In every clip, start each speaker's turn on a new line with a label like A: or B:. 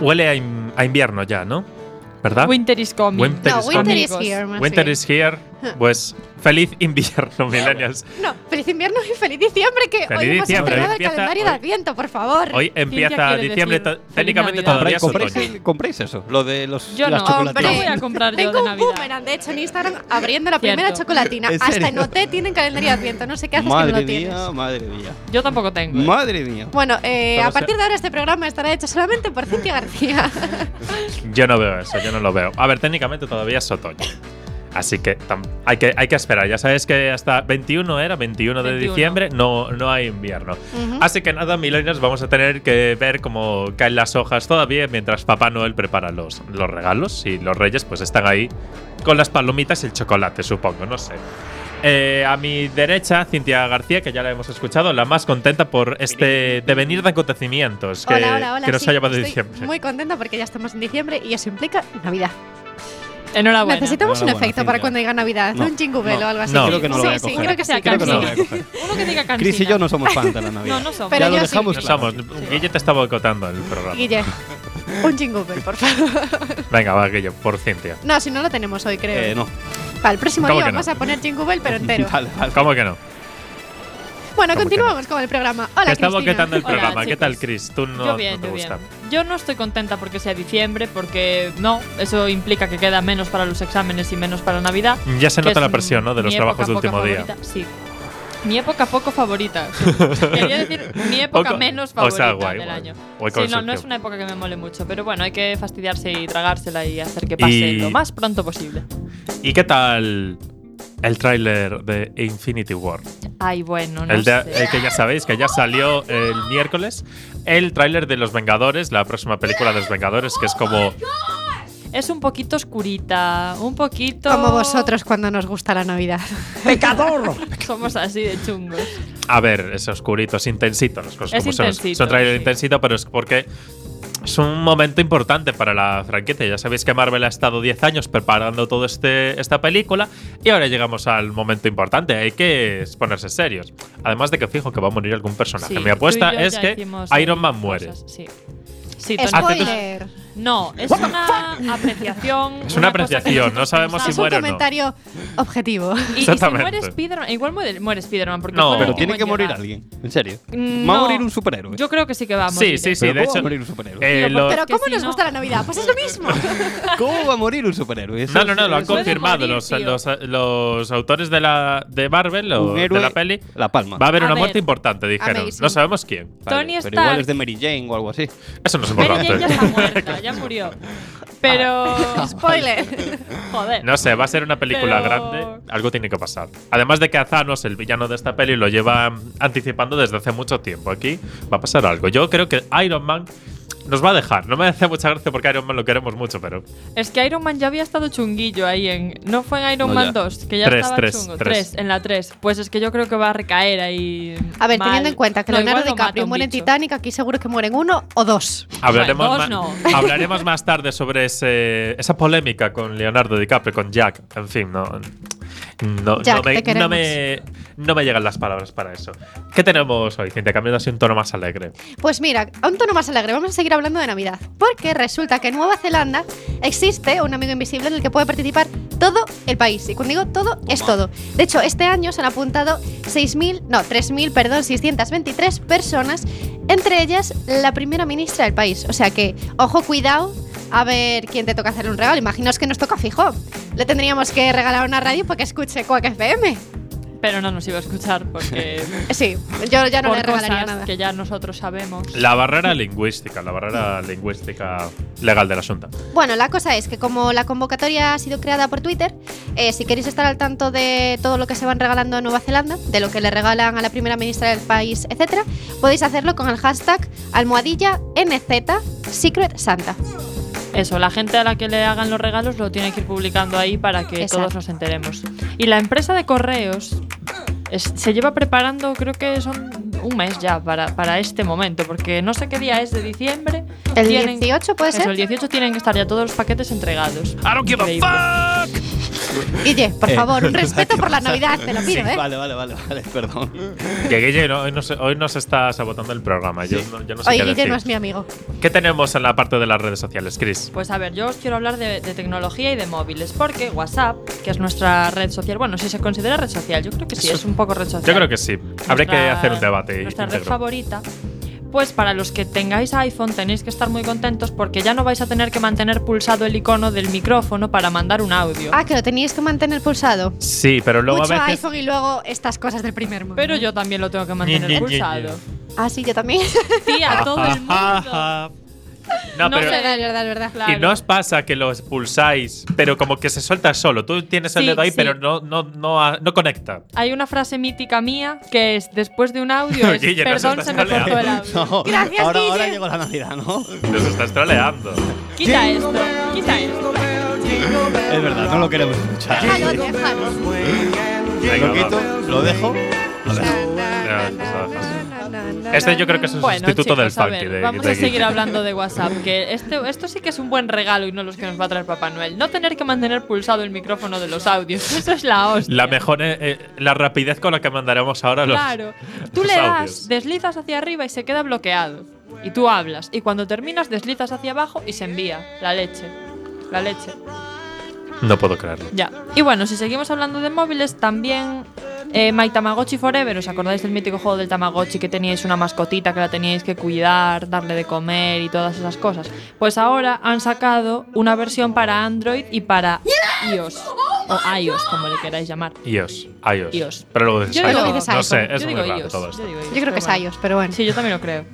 A: Huele a, in- a invierno ya, ¿no? ¿Verdad?
B: Winter is coming.
A: Winter
C: No,
A: is
C: winter is
B: amigos.
C: here. más
A: Winter
C: bien.
A: is here. Pues feliz invierno, millennials.
C: No, feliz invierno y feliz diciembre, que
A: Feliz
C: hoy hemos
A: diciembre,
C: estrenado el
A: empieza
C: calendario de
A: hoy.
C: Adviento, por favor.
A: Hoy empieza
B: quiere
A: diciembre,
B: decir
A: to-
B: feliz
A: técnicamente
B: Navidad.
A: todavía
D: ¿Compráis,
A: es otoño.
D: compráis, el- compráis eso? Lo de los
B: Yo
D: las
B: no,
C: chocolatinas.
B: no voy
D: chocolatinas.
B: a comprar yo
C: Tengo
B: de
C: un
B: Navidad.
C: boomerang, de hecho, en Instagram abriendo la primera
B: Cierto.
C: chocolatina.
D: ¿En
C: Hasta en
D: serio?
C: OT tienen calendario de Adviento. No sé qué haces que no
D: Madre
C: lo tienes.
D: mía, madre mía.
B: Yo tampoco tengo. ¿eh?
D: Madre mía.
C: Bueno, eh,
A: Pero,
C: a
A: o sea-
C: partir de ahora este programa estará hecho solamente por Cintia García.
A: Yo no veo eso, yo no lo veo. A ver, técnicamente todavía es otoño. Así que tam- hay que, hay que esperar. Ya sabes que hasta 21 era, 21 de
B: 21.
A: diciembre, no, no hay invierno. Así que nada, millennials, vamos a tener que ver cómo caen las hojas todavía mientras Papá Noel prepara los, los regalos y los reyes pues están ahí con las palomitas y el chocolate, supongo, no sé. Eh, a mi derecha, Cintia García, que ya la hemos escuchado, la más contenta por este devenir de acontecimientos que,
C: hola, hola, hola.
A: que nos
C: sí,
A: ha llevado
C: estoy
A: diciembre.
C: Muy contenta porque ya estamos en diciembre y eso implica Navidad.
A: Ah,
B: Enhorabuena.
C: Necesitamos un
D: Enhorabuena,
C: efecto para
D: Cintia.
C: cuando diga Navidad,
D: No,
C: un jingle bell
D: no,
C: o algo así.
A: no.
D: Creo que no lo
C: sí,
D: voy a
C: sí,
D: coger.
C: creo que sea
D: Creo que no lo voy
C: cansino.
D: a coger.
B: Uno que diga cansina.
D: Chris y yo no somos fans de la Navidad.
B: No, no somos.
C: Pero
D: ya lo
C: yo sí.
D: dejamos
A: No
D: claro.
A: somos, Guille te estaba boicotando el programa.
C: Guille, un jingle bell, por favor.
A: Venga, va, Guille, por Cintia.
C: No, si no lo tenemos hoy, creo.
D: Eh, no.
C: Para el próximo
A: ¿Cómo
C: día
A: que no?
C: vamos a poner Jingle Bell, pero entero.
D: Vale, vale.
A: ¿Cómo que no?
C: bueno,
A: ¿Cómo que
C: continuamos con el programa.
A: te
C: Hola,
A: está boicotando el
C: Cristina.
B: Hola,
A: programa. ¿Qué
B: chicos.
A: tal, Chris? Tú no,
B: yo bien,
A: no te
B: yo bien.
A: gusta.
B: Yo no estoy contenta porque sea diciembre, porque no, eso implica que queda menos para los exámenes y menos para Navidad.
A: Ya se
B: que
A: nota
B: es
A: la presión, ¿no? De
B: mi
A: los
B: época
A: trabajos del
B: poco
A: último día.
B: favorita. Sí. Mi época poco favorita. Quería decir mi época
A: Poco-
B: menos
A: o sea,
B: favorita
A: guay,
B: del
A: guay.
B: año.
A: Guay
B: Sí, no, no es
A: concepción.
B: una época que me mole mucho, pero bueno, hay que fastidiarse y tragársela y hacer que pase
A: Y-
B: lo más pronto posible.
A: ¿Y qué tal el tráiler de Infinity War?
B: Ay, bueno, no
A: el, de-
B: sé.
A: el que ya sabéis que ya salió el miércoles. El tráiler de Los Vengadores, la próxima película de Los Vengadores, que es como
B: Es un poquito oscurita, un poquito.
C: Como vosotros cuando nos gusta la Navidad.
B: Somos así de chungos.
A: A ver, es oscurito, es intensito. Las cosas
B: Es
A: como son.
B: intensito,
A: Es un trailer
B: sí.
A: intensito, pero es porque es un momento importante para la franquicia. Ya sabéis que Marvel ha estado 10 años preparando toda este, esta película y ahora llegamos al momento importante. Hay que ponerse serios. Además de que fijo que va a morir algún personaje.
B: Sí,
A: Mi apuesta
B: tú y yo
A: es
B: ya
A: que
B: hicimos,
A: Iron
B: eh,
A: Man muere.
B: cosas, Sí. Sí, Tony,
C: Spoiler.
B: No, es una apreciación.
A: Es una
B: cosa que
A: apreciación,
B: nosotros
A: no sabemos si
B: pensamos.
C: Es un
A: muere o no.
C: comentario objetivo.
B: Y, y si
A: Exactamente.
B: muere Spider-Man, igual muere, muere Spider-Man. Porque
A: No.
B: fue el
D: Pero
A: Como
D: tiene
B: último
D: que
B: en
D: morir
B: llegar.
D: alguien. En serio.
B: Mm,
D: Va a
B: no.
D: morir un superhéroe.
B: Yo creo que sí que va a morir.
A: Sí, sí,
B: ¿eh?
A: sí.
D: Pero
A: De
D: ¿cómo va
A: hecho,
D: a morir un superhéroe?
A: eh,
B: Tío, pues
A: lo-
C: Pero
B: que
C: ¿cómo
B: si
C: nos
B: no-
C: gusta la Navidad? Pues es lo mismo.
D: ¿Cómo va a morir un superhéroe? Eso
A: no, no, no,
D: es-
A: lo han
D: eso es-
A: confirmado.
B: morir,
A: los,
B: tío.
A: los, los autores de, la, de Marvel o
D: Un héroe,
A: de la peli.
D: La Palma.
A: Va a haber
B: A
A: una
B: ver.
A: muerte importante, dijeron.
C: Amazing.
A: No sabemos quién.
D: Vale,
B: Tony
D: Pero igual
B: Stark.
D: es de Mary Jane o algo así.
A: Eso no es
B: Mary Jane
A: importante.
B: ya está muerta, ya murió. Pero.
C: Spoiler.
B: Joder.
A: No sé, va a ser una película
B: Pero-
A: grande. Algo tiene que pasar. Además de que a Thanos, el villano de esta peli, lo lleva mm, anticipando desde hace mucho tiempo. Aquí va a pasar algo. Yo creo que Iron Man nos va a dejar. No me hace mucha gracia porque Iron Man lo queremos mucho, pero.
B: Es que Iron Man ya había estado chunguillo ahí en. No fue en Iron
D: No,
B: Man
D: ya.
B: 2, que ya
A: Tres,
B: estaba
A: tres,
B: chungo.
A: tres.
B: 3, en la 3. Pues es que yo creo que va a recaer ahí.
C: A ver,
B: mal.
C: teniendo en cuenta que
B: No,
C: Leonardo
B: igual lo mata
C: DiCaprio
B: un
C: muere en
B: bicho.
C: Titanic, aquí seguro que mueren uno o dos.
A: Hablaremos,
B: dos
A: ma-
B: no.
A: hablaremos más tarde sobre ese- esa polémica con Leonardo DiCaprio, con Jack. En fin, no. No,
C: Jack,
A: no me,
C: te
A: no,
C: queremos.
A: me, no me llegan las palabras para eso. ¿Qué tenemos hoy, Cintia? Cambiando así un tono más alegre.
C: Pues mira, a un tono más alegre, vamos a seguir hablando de Navidad. Porque resulta que en Nueva Zelanda existe un amigo invisible en el que puede participar todo el país. Y cuando digo todo, es todo. De hecho, este año se han apuntado 6.000, no, 3.000, perdón, 623 personas, entre ellas la primera ministra del país. O sea que, ojo, cuidado. A ver quién te toca hacer un regalo. Imaginaos que nos toca fijo. Le tendríamos que regalar una radio para que escuche Quack FM.
B: Pero no nos iba a escuchar porque.
C: Sí, yo ya no
B: por
C: le regalaría
B: cosas
C: nada.
B: que ya nosotros sabemos.
A: La barrera lingüística, la barrera lingüística legal del asunto.
C: Bueno, la cosa es que como la convocatoria ha sido creada por Twitter, eh, si queréis estar al tanto de todo lo que se van regalando en Nueva Zelanda, de lo que le regalan a la primera ministra del país, etcétera, podéis hacerlo con el hashtag almohadilla NZ Secret Santa.
B: Eso, la gente a la que le hagan los regalos lo tiene que ir publicando ahí para que
C: Exacto.
B: todos nos enteremos. Y la empresa de correos es- se lleva preparando, creo que son un mes ya para, para este momento, porque no sé qué día es de diciembre.
C: El
B: Tienen-
C: 18 puede
B: Eso, el
C: ser.
B: 18 tienen que estar ya todos los paquetes entregados.
A: I don't give
B: Increíble.
A: a fuck.
C: Guille, por
D: Eh,
C: favor, un respeto por la Navidad, te lo pido, ¿eh?
D: Vale, vale, vale, vale, perdón.
A: Que Guille no- hoy, nos, hoy nos está sabotando el programa. Yo, no, yo no sé
C: Oye,
A: qué
C: Guille
A: decir.
C: no es mi amigo.
A: ¿Qué tenemos en la parte de las redes sociales, Chris?
B: Pues a ver, yo os quiero hablar de, de tecnología y de móviles, porque WhatsApp, que es nuestra red social, bueno, si se considera red social, yo creo que sí,
A: Eso-
B: es un poco red social.
A: Yo creo que sí. Habrá que
B: Nuestra-
A: hacer un debate.
B: Nuestra red
A: íntegro.
B: favorita. Pues para los que tengáis iPhone tenéis que estar muy contentos porque ya no vais a tener que mantener pulsado el icono del micrófono para mandar un audio.
C: Ah, que lo teníais que mantener pulsado.
A: Sí, pero luego
C: Mucho
A: a veces.
C: iPhone y luego estas cosas del primer mundo.
B: Pero yo también lo tengo que
A: Ñe,
B: mantener
A: Ñe, Ñe,
B: pulsado.
C: Ah, sí, yo también.
B: Tía, todo el mundo.
A: No,
B: No
A: pero.
B: sé,
C: verdad, es verdad, es verdad.
B: Claro.
A: Y no os pasa que los pulsáis, pero como que se suelta solo. Tú tienes el
B: Sí,
A: dedo ahí,
B: sí.
A: pero no, no, no, ah, no conecta.
B: Hay una frase mítica mía que es después de un audio es,
A: Oye, ya no se
B: perdón
A: estás
B: se me cortó el
A: troleando".
B: audio.
D: No,
C: Gracias,
D: ahora,
C: Guille.
D: ahora llegó la Navidad, ¿no?
A: Nos estás troleando.
B: Quita esto, quita esto.
D: Es verdad, no lo queremos escuchar.
C: Déjalo, déjalo.
A: Venga,
D: Lo
A: va.
D: quito, lo dejo.
A: Ya, Este yo creo que es un
B: Bueno,
A: sustituto del
B: chicos, a
A: funky
B: ver,
A: de,
B: vamos
A: de
B: a seguir
A: Guille.
B: hablando de WhatsApp, que este, esto sí que es un buen regalo y no los que nos va a traer Papá Noel. No tener que mantener pulsado el micrófono de los audios, eso es la hostia.
A: La mejor eh, eh, la rapidez con la que mandaremos ahora los.
B: Claro, tú
A: los
B: le
A: audios.
B: das, deslizas hacia arriba y se queda bloqueado. Y tú hablas, y cuando terminas deslizas hacia abajo y se envía la leche. La leche.
A: No puedo creerlo.
B: Ya. Y bueno, si seguimos hablando de móviles, también eh, My Tamagotchi Forever. ¿Os acordáis del mítico juego del Tamagotchi que teníais una mascotita que la teníais que cuidar, darle de comer y todas esas cosas? Pues ahora han sacado una versión para Android y para iOS. O iOS, como le queráis llamar.
A: iOS, iOS.
B: iOS.
A: Pero luego dices
B: Yo
C: digo-
A: iPhone.
C: dices
A: No
C: iPhone.
A: sé,
B: Yo
A: es muy
B: digo
A: raro
B: iOS,
A: todo esto.
B: digo
C: Yo
B: iOS,
C: creo que
B: pero
C: es
B: bueno.
C: iOS, pero bueno.
B: Sí, yo también lo creo.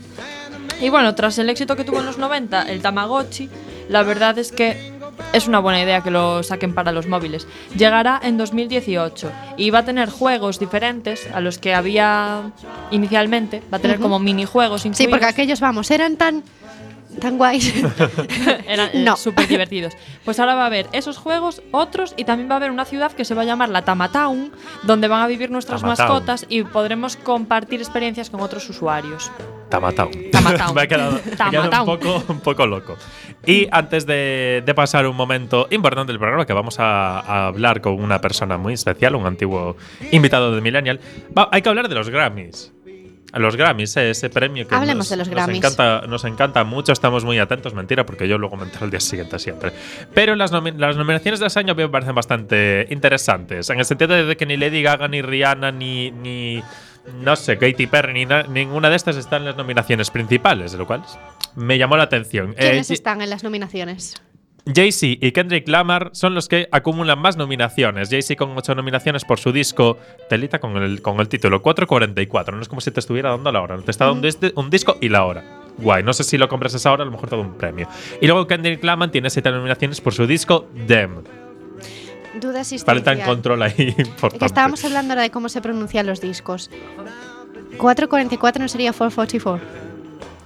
B: Y bueno, tras el éxito que tuvo en los 90, el Tamagotchi, la verdad es que es una buena idea que lo saquen para los móviles. Llegará en 2018 y va a tener juegos diferentes a los que había inicialmente. Va a tener
C: Ujú.
B: como minijuegos incluidos.
C: Sí, porque aquellos, vamos, eran tan, tan guays.
B: Eran eh,
C: No.
B: súper divertidos. Pues ahora va a haber esos juegos, otros, y también va a haber una ciudad que se va a llamar la Tamatown, donde van a vivir nuestras
A: Tamatown.
B: mascotas y podremos compartir experiencias con otros usuarios.
A: Tamatown.
B: Tamatown.
A: me ha quedado, me ha quedado
B: Tamatown.
A: un, poco, un poco loco. Y antes de, de pasar un momento importante del programa, que vamos a, a hablar con una persona muy especial, un antiguo invitado de Millennial, va- hay que hablar de los Grammys. A Los Grammys, eh, ese premio que
C: Hablemos
A: nos,
C: de los
A: nos
C: Grammys.
A: encanta, nos encanta mucho, estamos muy atentos, mentira, porque yo luego me entero al día siguiente siempre. Pero las, nomi- las nominaciones de ese año a mí me parecen bastante interesantes, en el sentido de que ni Lady Gaga, ni Rihanna, ni, ni no sé, Katy Perry, ni na- ninguna de estas están en las nominaciones principales, lo cual me llamó la atención.
C: ¿Quiénes
A: Eh,
C: están en las nominaciones?
A: Jay-Z y Kendrick Lamar son los que acumulan más nominaciones. Jay-Z con 8 nominaciones por su disco Telita con el, con el título 444. No es como si te estuviera dando la hora, te está dando un, dis- un disco y la hora. Guay, no sé si lo compras a esa hora, a lo mejor te da un premio. Y luego Kendrick Lamar tiene 7 nominaciones por su disco Dem.
C: Duda existencial.
A: Falta en control ahí
C: Que
A: importante.
C: estábamos hablando ahora de cómo se pronuncian los discos. 444 no sería 444.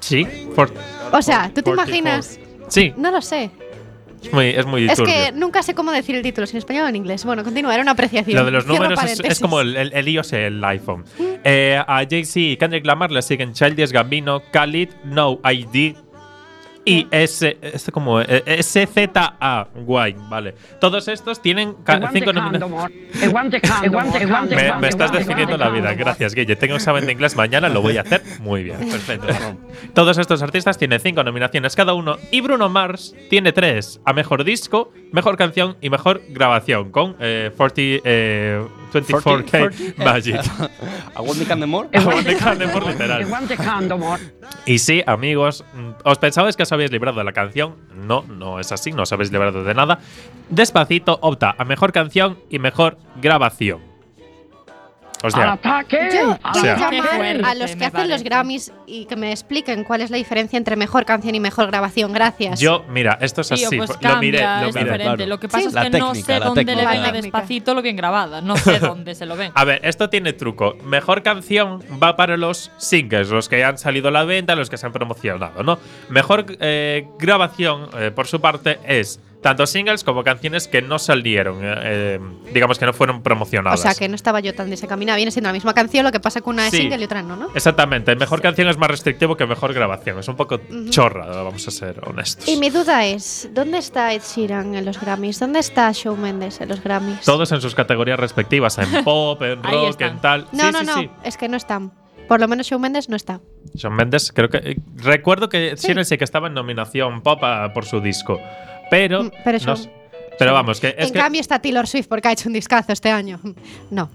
A: Sí, por-
C: O sea, ¿tú te
A: 44.
C: imaginas?
A: sí,
C: No lo sé.
A: es muy, es muy
C: Es
A: turbio.
C: que nunca sé cómo decir el título, si en español o en inglés. Bueno, continúa, era una apreciación.
A: Lo de los
C: Cierro
A: números es,
C: paréntesis.
A: es como el, el, el iOS, el iPhone. Eh, a Jay-Z y Kendrick Lamar le siguen Childish Gambino, Khalid, No ID y S, es como eh, SZA. Guay, vale. Todos estos tienen ca- cinco nominaciones. Me, me estás definiendo la vida. Gracias, Guille. Tengo examen de inglés mañana, lo voy a hacer muy bien. Perfecto. Todos estos artistas tienen cinco nominaciones cada uno y Bruno Mars tiene tres. A mejor disco, mejor canción y mejor grabación con eh, 40, eh, 24K Magic.
D: ¿A Wendy Candemore?
A: Aguante Candemore, literal. Y sí, amigos, mm, ¿os pensabais que os habéis librado de la canción? No, no es así, no os habéis librado de nada. Despacito opta a mejor canción y mejor grabación. O sea,
C: Yo quiero
A: sea.
B: Qué
C: llamar
B: fuerte,
C: a los que
B: me
C: hacen los
B: parece.
C: Grammys y que me expliquen cuál es la diferencia entre mejor canción y mejor grabación. Gracias.
A: yo, mira, esto es
B: Tío,
A: así.
B: pues
A: fue- lo miré,
B: cambia,
A: lo
B: es
A: miré.
B: diferente.
D: claro.
B: Lo que pasa
C: Sí.
B: es
D: La
B: que no
D: técnica,
B: sé
D: la
B: dónde le
D: técnica.
B: ven
C: La
B: a
C: técnica.
B: despacito lo bien grabada. No sé dónde se lo ven.
A: A ver, esto tiene truco. Mejor canción va para los singles, los que han salido a la venta, los que se han promocionado, ¿no? Mejor eh, grabación, eh, por su parte, es tanto singles como canciones que no salieron, eh, eh, digamos que no fueron
C: O
A: promocionadas.
C: sea, que no estaba yo tan desencaminada. Viene siendo la misma canción, lo que pasa que una es
A: Sí.
C: single y otra no, ¿no?
A: Exactamente, mejor canción es más restrictivo que mejor grabación, es un poco chorra, vamos a ser honestos.
C: Y mi duda es, ¿dónde está Ed Sheeran en los Grammys? ¿Dónde está Shawn Mendes en los Grammys?
A: Todos en sus categorías respectivas, en pop, en
B: Ahí
A: rock,
B: están.
A: en tal.
C: No,
A: sí,
C: no,
A: sí,
C: no,
A: sí.
C: es que no están. Por lo menos Shawn Mendes no está.
A: Shawn Mendes, creo que. eh, recuerdo que Sheeran sí que estaba en nominación pop a- por su disco. Pero.
C: Mm, pero
A: no
C: Shawn-
A: sé. pero vamos, que es
C: en
A: que
C: cambio está Taylor Swift porque ha hecho un discazo este año. No.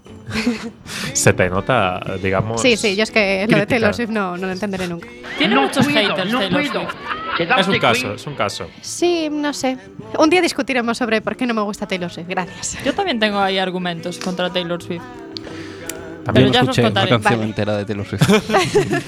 A: se te nota, digamos.
C: Sí, sí, yo es que lo de
A: crítica.
C: Taylor Swift no, no lo entenderé nunca.
B: Tiene muchos haters, Taylor Swift.
A: Es un caso, es un caso.
C: Sí, no sé. Un día discutiremos sobre por qué no me gusta Taylor Swift. Gracias.
B: Yo también tengo ahí argumentos contra Taylor Swift.
E: También
B: Pero ya os los
E: escuché una
B: contaré.
E: canción
C: Vale.
E: entera de Taylor Swift.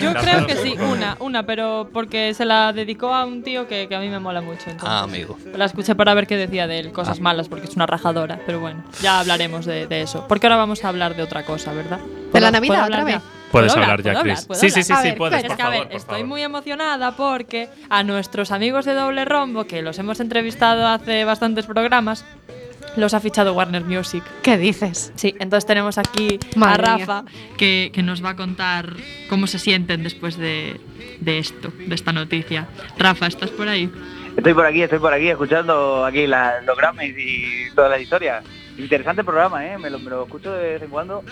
B: Yo creo que sí, una, una, pero porque se la dedicó a un tío que, que a mí me mola mucho. entonces.
E: Ah, amigo.
B: La escuché para ver qué decía de él,
C: Ah.
B: cosas malas, porque es una rajadora, pero bueno, ya hablaremos de, de eso. Porque ahora vamos a hablar de otra cosa, ¿verdad?
C: ¿De la
B: ¿Puedo-
C: Navidad
B: puedo
C: otra
B: hablar
C: vez?
B: ya?
A: Puedes
B: ¿Puedo
A: hablar ya,
B: ¿Puedo
A: Chris.
B: ¿Puedo
A: Sí, sí, sí,
C: A
A: sí,
C: ver,
A: puedes,
B: Es
A: Pues por
B: que, a ver,
A: favor, por
B: estoy
A: favor.
B: muy emocionada porque a nuestros amigos de Doble Rombo, que los hemos entrevistado hace bastantes programas, los ha fichado Warner Music.
C: ¿Qué dices?
B: Sí, entonces tenemos aquí
C: Madre
B: a Rafa que, que nos va a contar cómo se sienten después de, de esto, de esta noticia. Rafa, ¿estás por ahí?
F: Estoy por aquí, estoy por aquí, escuchando aquí la- los Grammys y todas las historias. Interesante programa, ¿eh? Me lo, me lo escucho de vez en cuando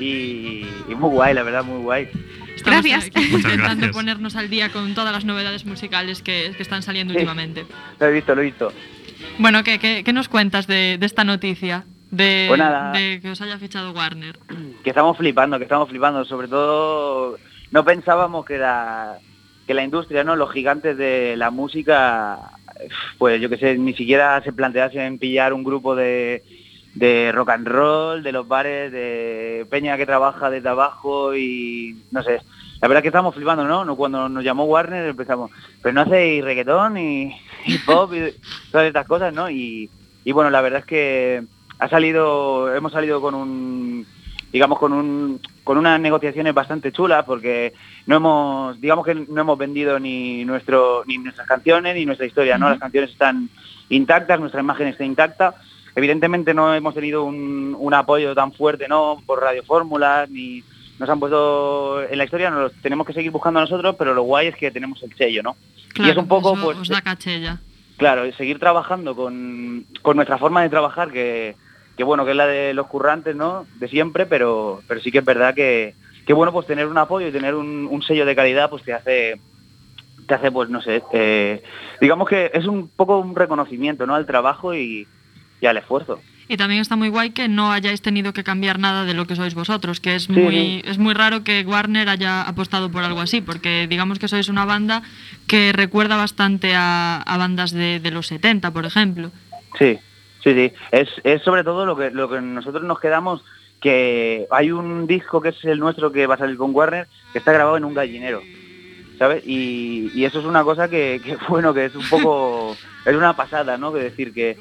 F: y, y muy guay, la verdad, muy guay.
B: Estamos
C: Gracias.
B: aquí
A: Muchas
B: intentando
A: gracias.
B: ponernos al día con todas las novedades musicales que, que están saliendo
F: Sí.
B: últimamente.
F: Lo he visto, lo he visto.
B: Bueno, ¿qué, qué, qué nos cuentas de, de esta noticia? De,
F: Pues nada.
B: de que os haya fichado Warner.
F: Que estamos flipando, que estamos flipando. Sobre todo, no pensábamos que la, que la industria, ¿no? Los gigantes de la música, pues yo que sé, ni siquiera se planteasen pillar un grupo de, de rock and roll, de los bares, de Peña que trabaja desde abajo y no sé. La verdad es que estamos flipando, ¿no? No, Cuando nos llamó Warner empezamos, pero no hacéis reggaetón y, y pop y todas estas cosas, ¿no? Y, y bueno, la verdad es que ha salido, hemos salido con un, digamos, con un, con unas negociaciones bastante chulas porque no hemos, digamos que no hemos vendido ni nuestro, ni nuestras canciones ni nuestra historia, ¿no? Las canciones están intactas, nuestra imagen está intacta. Evidentemente no hemos tenido un, un apoyo tan fuerte, ¿no? Por Radio Fórmula, ni nos han puesto en la historia, nos los tenemos que seguir buscando nosotros, pero lo guay es que tenemos el sello, ¿no? y es un poco,
B: eso
F: pues,
B: Os da cachella.
F: Claro, y seguir trabajando con, con nuestra forma de trabajar, que, que bueno, que es la de los currantes, ¿no? De siempre, pero, pero sí que es verdad que, que bueno, pues tener un apoyo y tener un, un sello de calidad, pues te hace, te hace, pues no sé, eh, digamos que es un poco un reconocimiento, ¿no? Al trabajo y, y al esfuerzo.
B: Y también está muy guay que no hayáis tenido que cambiar nada de lo que sois vosotros, que es
F: Sí,
B: muy
F: sí.
B: es muy raro que Warner haya apostado por algo así, porque digamos que sois una banda que recuerda bastante a, a bandas de, de los 70, por ejemplo.
F: Sí, sí, sí. Es, es sobre todo lo que, lo que nosotros nos quedamos, que hay un disco que es el nuestro que va a salir con Warner, que está grabado en un gallinero. ¿Sabes? Y, y eso es una cosa que, que, bueno, que es un poco, es una pasada, ¿no? Que decir que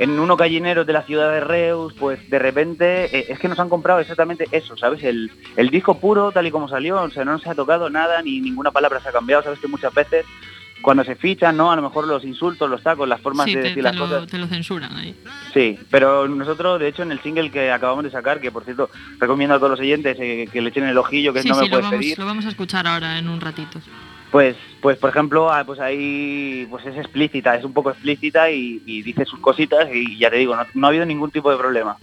F: en unos gallineros de la ciudad de Reus, pues de repente, eh, es que nos han comprado exactamente eso, ¿sabes? El, el disco puro tal y como salió, o sea, no se ha tocado nada, ni ninguna palabra se ha cambiado, ¿sabes? Que muchas veces cuando se fichan, ¿no? A lo mejor los insultos, los tacos, las formas
B: Sí,
F: de
B: te,
F: decir
B: te
F: las cosas.
B: lo, te lo censuran ahí.
F: Sí, pero nosotros, de hecho, en el single que acabamos de sacar, que por cierto, recomiendo a todos los oyentes eh, que le echen el ojillo, que
B: sí,
F: no
B: sí,
F: me
B: lo
F: puedes
B: vamos,
F: pedir,
B: lo vamos a escuchar ahora en un ratito.
F: pues, pues por ejemplo, ah, pues ahí pues es explícita, es un poco explícita y, y dice sus cositas y ya te digo, no, no ha habido ningún tipo de problema.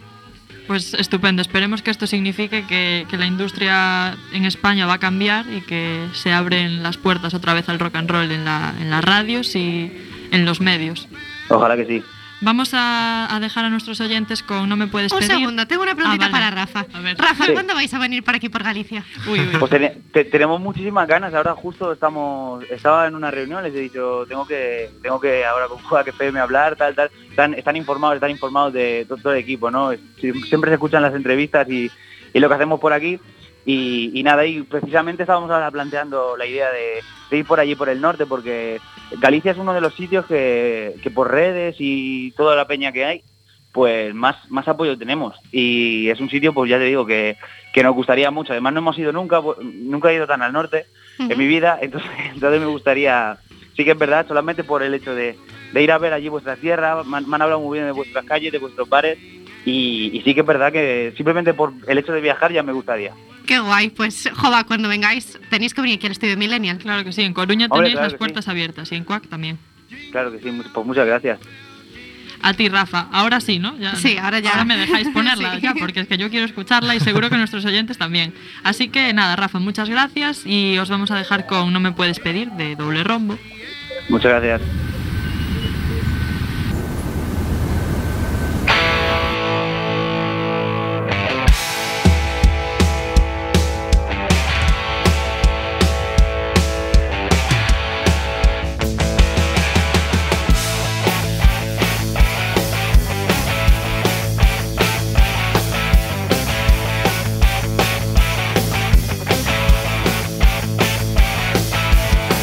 B: Pues estupendo, esperemos que esto signifique que, que la industria en España va a cambiar y que se abren las puertas otra vez al rock and roll en, la- en las radios y en los medios.
F: Ojalá que sí.
B: Vamos a, a dejar a nuestros oyentes con No me puedes
C: Un
B: pedir.
C: segundo, tengo una preguntita
B: Ah, vale.
C: para Rafa.
B: A ver.
C: Rafa,
F: Sí.
C: ¿cuándo vais a venir por aquí, por Galicia?
B: Uy, uy,
F: Pues tene- te- tenemos muchísimas ganas, ahora justo estamos, estaba en una reunión, les he dicho, tengo que, tengo que ahora con Juan que FM hablar, tal, tal, están, están informados, están informados de to- todo el equipo, ¿no? Sie- Siempre se escuchan las entrevistas y, y lo que hacemos por aquí. Y, y nada, y precisamente estábamos ahora planteando la idea de, de ir por allí, por el norte, porque Galicia es uno de los sitios que, que por redes y toda la peña que hay, pues más, más apoyo tenemos. Y es un sitio, pues ya te digo, que, que nos gustaría mucho. Además no hemos ido nunca, pues, nunca he ido tan al norte en mi vida, entonces, entonces me gustaría sí que es verdad, solamente por el hecho de, de ir a ver allí vuestra tierra, me han, me han hablado muy bien de vuestras calles, de vuestros bares, y, y sí que es verdad que simplemente por el hecho de viajar ya me gustaría.
C: Qué guay, pues joda, cuando vengáis tenéis que venir aquí al estudio Millennial.
B: Claro que sí, en Coruña
F: Hombre,
B: tenéis
F: claro
B: las
F: que
B: puertas abiertas y en Cuac también.
F: Claro que sí, mu- pues muchas gracias.
B: A ti, Rafa, ahora sí, ¿no? Ya-
C: Sí, ahora ya.
B: me dejáis ponerla,
C: Sí.
B: ya, porque es que yo quiero escucharla y seguro que nuestros oyentes también. Así que nada, Rafa, muchas gracias y os vamos a dejar con No me puedes pedir de doble rombo.
F: Muchas gracias.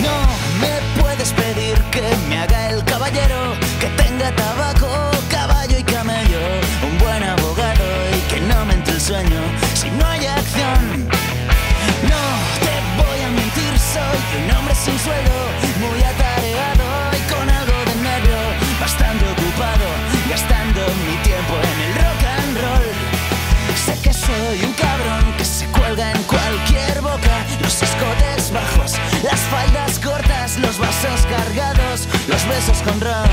G: No me puedes pedir que me haga el caballero, que tenga tabaco, caballo y camello, un buen abogado y que no me entre el sueño si no hay acción. No te voy a mentir, soy un hombre sin suelo, muy atareado y con algo de nervio, bastante ocupado, gastando mi tiempo en el rock and roll. Sé que soy un cabrón que se cuelga en cualquier boca. Los escotes bajos, las faldas cortas, los vasos cargados, los besos con ron.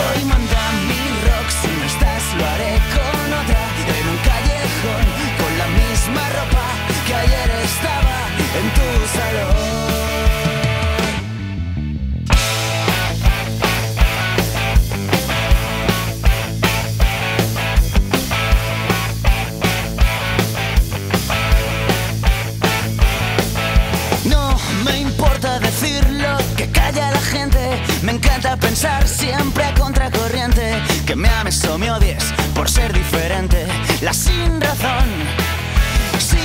G: Hoy manda mi rock, si no estás lo haré con otra. En un callejón, con la misma ropa que ayer estaba en tu salón. No me importa decir lo que calla la gente. Me encanta pensar siempre a contracorriente. Que me ames o me odies por ser diferente. La sin razón. Si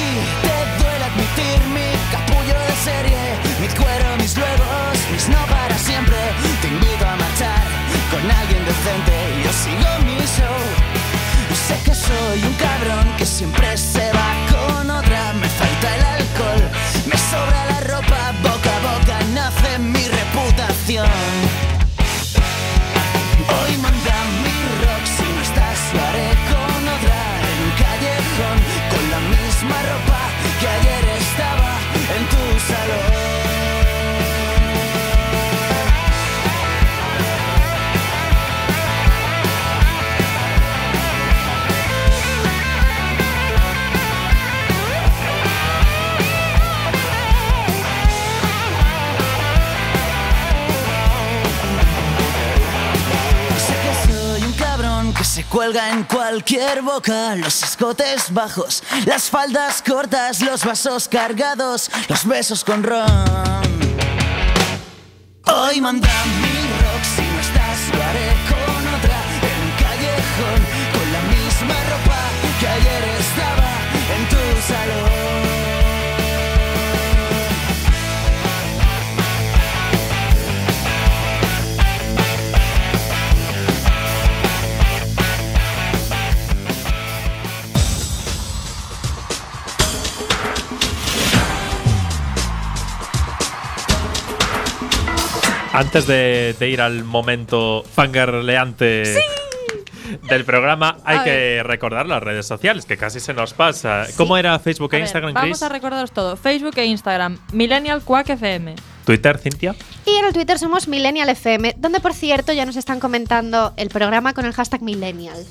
G: te duele admitir mi capullo de serie, mi cuero, mis luegos, mis no para siempre. Te invito a marchar con alguien decente. Yo sigo mi show. Sé que soy un cabrón que siempre se va con otra. Me falta el alcohol, me sobra la ropa. Boca a boca nace mi reputación. Hoy manda mi rock, si no estás lo haré con otra. En un callejón, con la misma ropa que ayer estaba en tu salón. Sé que soy un cabrón que se cuelga en cualquier boca. Los escotes bajos, las faldas cortas, los vasos cargados, los besos con ron. Hoy manda mi rock, si no estás lo haré con otra. En un callejón, con la misma ropa que ayer estaba en tu salón.
A: Antes de, de ir al momento fangirleante del programa, hay
B: A
A: que recordar las redes sociales, que casi se nos pasa. ¿Cómo era Facebook e Instagram, Chris?
B: vamos a recordaros todo. Facebook e Instagram, Millennial Quack FM.
A: Twitter, Cintia.
C: Y en el Twitter somos Millennial FM, donde por cierto ya nos están comentando el programa con el hashtag Millennial.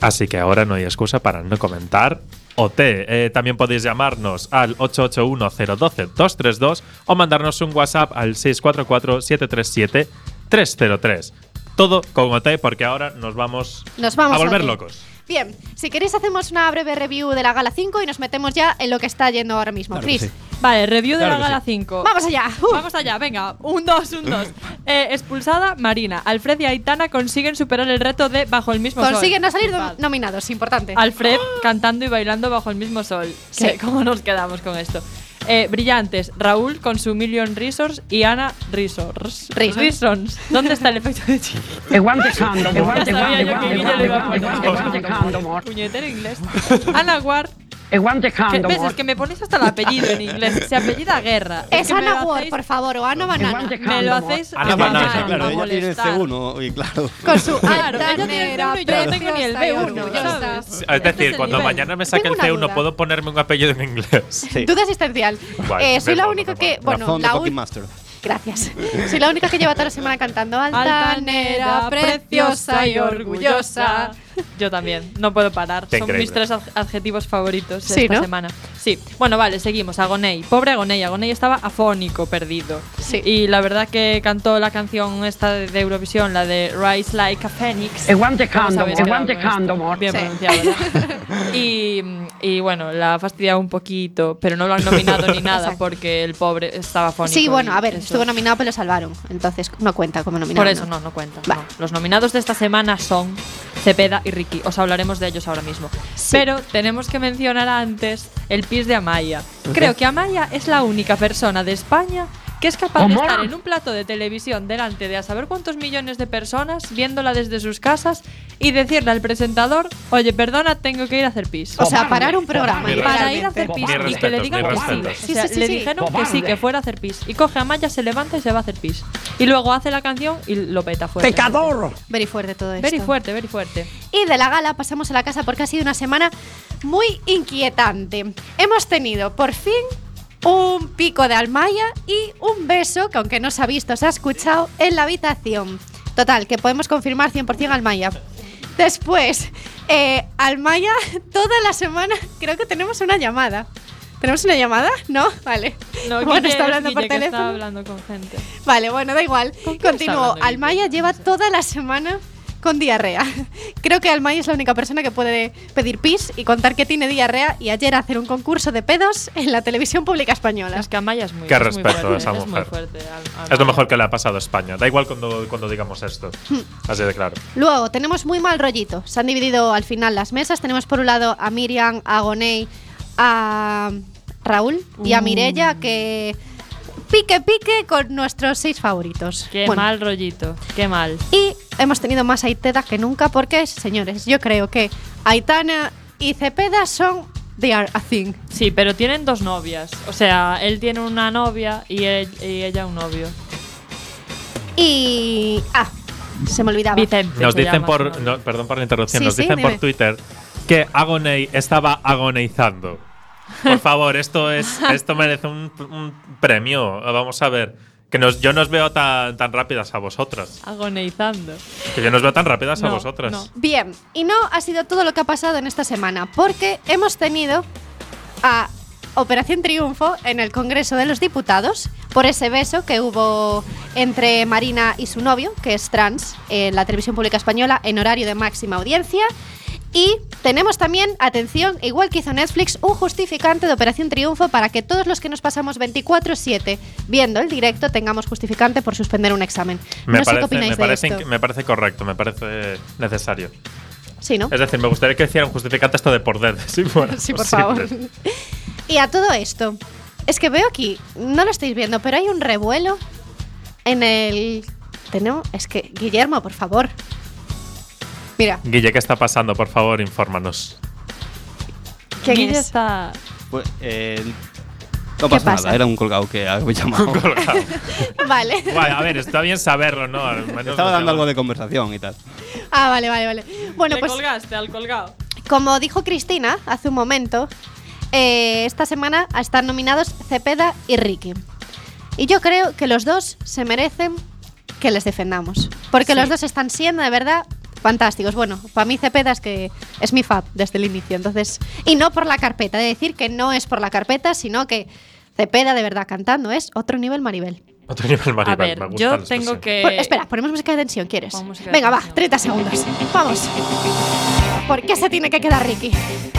A: Así que ahora no hay excusa para no comentar. OT. Eh, también podéis llamarnos al 881-012-232 o mandarnos un WhatsApp al 644-737-303. Todo con OT porque ahora nos vamos,
C: Nos vamos
A: a volver
C: ti.
A: locos.
C: Bien, si queréis hacemos una breve review de la gala 5 y nos metemos ya en lo que está yendo ahora mismo.
D: Claro que
C: Chris,
D: sí.
B: Vale, review de
D: Claro
B: la
D: que
B: gala
D: sí.
B: 5.
C: vamos allá. Uh,
B: Vamos allá, venga, un dos, un dos. Eh, expulsada Marina. Alfred y Aitana consiguen superar el reto de Bajo el mismo sol.
C: Consiguen no salir
B: Bad.
C: nom- nominados, importante.
B: Alfred cantando y bailando bajo el mismo sol.
C: Sí.
B: Que, ¿Cómo nos quedamos con esto? Eh, brillantes, Raúl con su Million Resource y Ana Resource.
C: Reasons.
B: Reasons. ¿Dónde está el efecto de chico? Ya sabía yo que Guille lo iba a poner. Puñetero inglés. Ana Ward
H: It went to
B: Que-
H: condom
B: ¿Ves?
H: or
B: Es que me ponéis hasta el apellido en inglés. Se apellida Guerra.
C: Es
B: que me lo
C: Ana Ward,
B: hacéis-
C: por favor, o Ana Banana.
H: Igual
B: Me lo hacéis.
D: Ah,
A: Ana
B: a
A: Banana,
B: mano,
D: claro,
B: a
D: ella tiene el
B: molestar.
D: C1 y claro.
C: Con su
B: Claro, ella tiene el
C: altanera
B: C1 y yo no tengo ni el
C: preciosa y
B: B1.
C: orgullosa.
B: ¿sabes?
A: Es
B: Este
A: decir,
B: el
A: cuando
B: nivel.
A: mañana me saque
C: Tengo
A: el
C: una
A: C1,
C: duda.
A: ¿puedo ponerme un apellido en inglés?
D: Sí.
C: Duda existencial.
A: Guay,
C: Eh, soy
A: me
C: la
A: mola,
C: única
A: me
C: que.
A: mola.
C: Bueno,
D: Razón de
C: la
D: Pocket
C: única.
D: Master.
C: Gracias. Soy la única que lleva toda la semana cantando. Altanera, preciosa y orgullosa.
B: Yo también, no puedo parar.
A: Qué
B: Son
A: increíble.
B: mis tres ad- adjetivos favoritos
C: Sí,
B: esta
C: ¿no?
B: semana. Sí. Bueno, vale, seguimos. Agoney. Pobre Agoney. Agoney estaba afónico, perdido.
C: Sí.
B: Y la verdad que cantó la canción esta de de Eurovisión, la de Rise Like a Phoenix.
H: It went to
B: Vamos a
H: condom.
B: ver,
H: It went
B: quedado
H: to
B: con esto.
H: condom
B: pues.
H: or
B: Bien
C: Sí.
B: pronunciado, ¿verdad? y, y bueno, la ha fastidiado un poquito, pero no lo han nominado ni nada
C: Exacto.
B: porque el pobre estaba afónico.
C: Sí, bueno,
B: y
C: a ver,
B: eso
C: estuvo
B: es-
C: nominado, pero lo salvaron. Entonces no cuenta como nominado.
B: Por eso no, no cuenta.
C: Vale.
B: no. Los nominados de esta semana son Cepeda y Ricky. Os hablaremos de ellos ahora mismo. Pero tenemos que mencionar antes el pis de Amaya. Creo que Amaya es la única persona de España que es capaz de
H: ¡Amor!
B: estar en un plato de televisión delante de a saber cuántos millones de personas viéndola desde sus casas y decirle al presentador, oye, perdona, tengo que ir a hacer pis.
C: O sea, parar un programa.
A: Cobarde.
B: Para ir a hacer
H: Mis
B: pis y que
A: respetos,
B: le digan
A: mis
B: que
A: respetos.
B: sí. O sea,
C: Sí, sí, sí,
B: le
C: sí.
B: dijeron que sí,
H: Cobarde.
B: que fuera a hacer pis. Y coge a Maya, se levanta y se va a hacer pis. Y luego hace la canción y lo peta fuerte.
H: Pecador.
C: Very fuerte todo esto.
B: Very fuerte, very fuerte.
C: Y de la gala pasamos a la casa porque ha sido una semana muy inquietante. Hemos tenido por fin un pico de Almaya y un beso que aunque no se ha visto, se ha escuchado en la habitación. Total, que podemos confirmar 100% Almaya. Después, eh, Almaya, toda la semana creo que tenemos una llamada. ¿Tenemos una llamada? No, vale. bueno, está hablando por teléfono.
B: Está hablando con gente.
C: Vale, bueno, da igual.
B: ¿Con quién está
C: Continúo.
B: hablando,
C: Almaya
B: Vicky?
C: lleva toda la semana con diarrea. Creo que Almaya es la única persona que puede pedir pis y contar que tiene diarrea y ayer hacer un concurso de pedos en la televisión pública española.
B: Es que Amaya es muy
A: Qué
B: es muy
A: respeto a
B: fuerte,
A: esa
B: es muy
A: mujer.
B: fuerte, a- a
A: Es lo
B: Amaya.
A: mejor que le ha pasado a España. Da igual cuando, cuando digamos esto. Así de claro.
C: Luego, tenemos muy mal rollito. Se han dividido al final las mesas. Tenemos por un lado a Miriam, a Gonei, a Raúl y a Mirella
B: Mm.
C: que pique pique con nuestros seis favoritos.
B: Qué
C: Bueno,
B: mal rollito, qué mal.
C: Y hemos tenido más Aitana que nunca porque, señores, yo creo que Aitana y Cepeda son they are a thing.
B: Sí, pero tienen dos novias. O sea, él tiene una novia y, él- y ella un novio.
C: Y ah, se me olvidaba.
B: Vicente.
A: Nos
B: se
A: dicen
B: llama su
A: por. no,
B: novio.
A: perdón por la interrupción.
C: Sí,
A: nos
C: sí,
A: dicen por
C: dime.
A: Twitter que Agoney estaba agonizando. Por favor, esto es. Esto merece un, un premio. Vamos a ver. Que nos, yo no os veo tan, tan rápidas a vosotras.
B: Agoneizando.
A: Que yo no os veo tan rápidas a
B: No,
A: vosotras.
B: no.
C: Bien, y no ha sido todo lo que ha pasado en esta semana porque hemos tenido a Operación Triunfo en el Congreso de los Diputados por ese beso que hubo entre Marina y su novio, que es trans, en la televisión pública española en horario de máxima audiencia. Y tenemos también, atención, igual que hizo Netflix, un justificante de Operación Triunfo para que todos los que nos pasamos 24-7 viendo el directo tengamos justificante por suspender un examen.
A: Me,
C: no sé qué
A: parece,
C: opináis
A: me,
C: de
A: parece,
C: esto.
A: me parece correcto, me parece necesario.
C: Sí, ¿no?
A: Es decir, me gustaría que hicieran justificante esto de por dedo, si fuera
C: Sí, por
A: posible.
C: favor. Y a todo esto, es que veo aquí, no lo estáis viendo, pero hay un revuelo en el... Tenemos, es que, Guillermo, por favor. Mira,
A: Guille, ¿qué está pasando? Por favor, infórmanos.
C: ¿quién
B: Guille
C: es?
B: está.
D: Pues, eh, no pasa,
C: pasa?
D: nada, era un colgado que había llamado.
A: Colgado.
C: Vale.
A: Guay, a ver, está bien saberlo, ¿no? Al menos
D: Estaba
A: nos
D: dando algo
A: llaman.
D: de conversación y tal.
C: Ah, vale, vale, vale. Bueno,
B: Le
C: pues
B: colgaste al colgado.
C: como dijo Cristina hace un momento, eh, esta semana están nominados Cepeda y Ricky. Y yo creo que los dos se merecen que les defendamos. Porque los dos están siendo de verdad fantásticos. Bueno, para mí Cepeda es que es mi fab desde el inicio. Entonces, y no por la carpeta, he de decir que no es por la carpeta, sino que Cepeda de verdad cantando es otro nivel Maribel.
A: Otro nivel
B: A
A: Maribel,
B: ver,
A: me gusta la
B: yo
A: expresión.
B: tengo que.
C: Por- Pues, espera, ponemos música de tensión, ¿quieres?
B: Pon Eh, música de
C: Venga, va,
B: tensión.
C: 30 segundos. Vamos. ¿Por qué se tiene que quedar Ricky?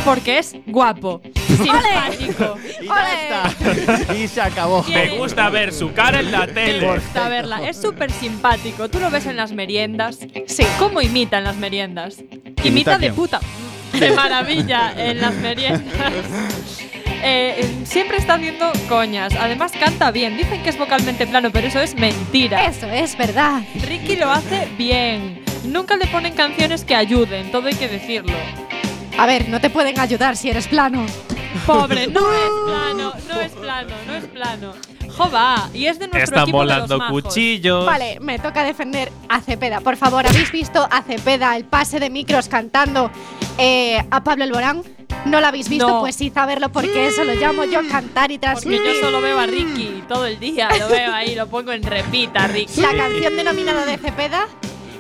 B: Porque es guapo. Simpático.
C: ¡Ole!
D: y se acabó.
A: Me gusta ver su cara en la
B: Me
A: tele.
B: gusta verla. Es súper simpático. Tú lo ves en las meriendas.
C: Sí.
B: ¿Cómo imita en las meriendas? Imita,
D: ¿Imita
B: de
D: quién?
B: puta. De maravilla en las meriendas. Eh, eh, siempre está haciendo coñas. Además canta bien. Dicen que es vocalmente plano, pero eso es mentira.
C: Eso es verdad.
B: Ricky lo hace bien. Nunca le ponen canciones que ayuden, todo hay que decirlo.
C: A ver, no te pueden ayudar si eres plano.
B: Pobre, no es plano, no es plano, no es plano. Jova, y es de nuestro
A: Están
B: equipo de
A: volando
B: los majos.
A: cuchillos.
C: Vale, me toca defender a Cepeda. Por favor, ¿habéis visto a Cepeda el pase de micros cantando eh, a Pablo Alborán? ¿No lo habéis visto?
B: No.
C: Pues sí, saberlo porque eso lo llamo yo cantar
B: Porque
C: y transmitir.
B: yo solo veo a Ricky todo el día, lo veo ahí, lo pongo en repita, Ricky.
C: La canción denominada de Cepeda,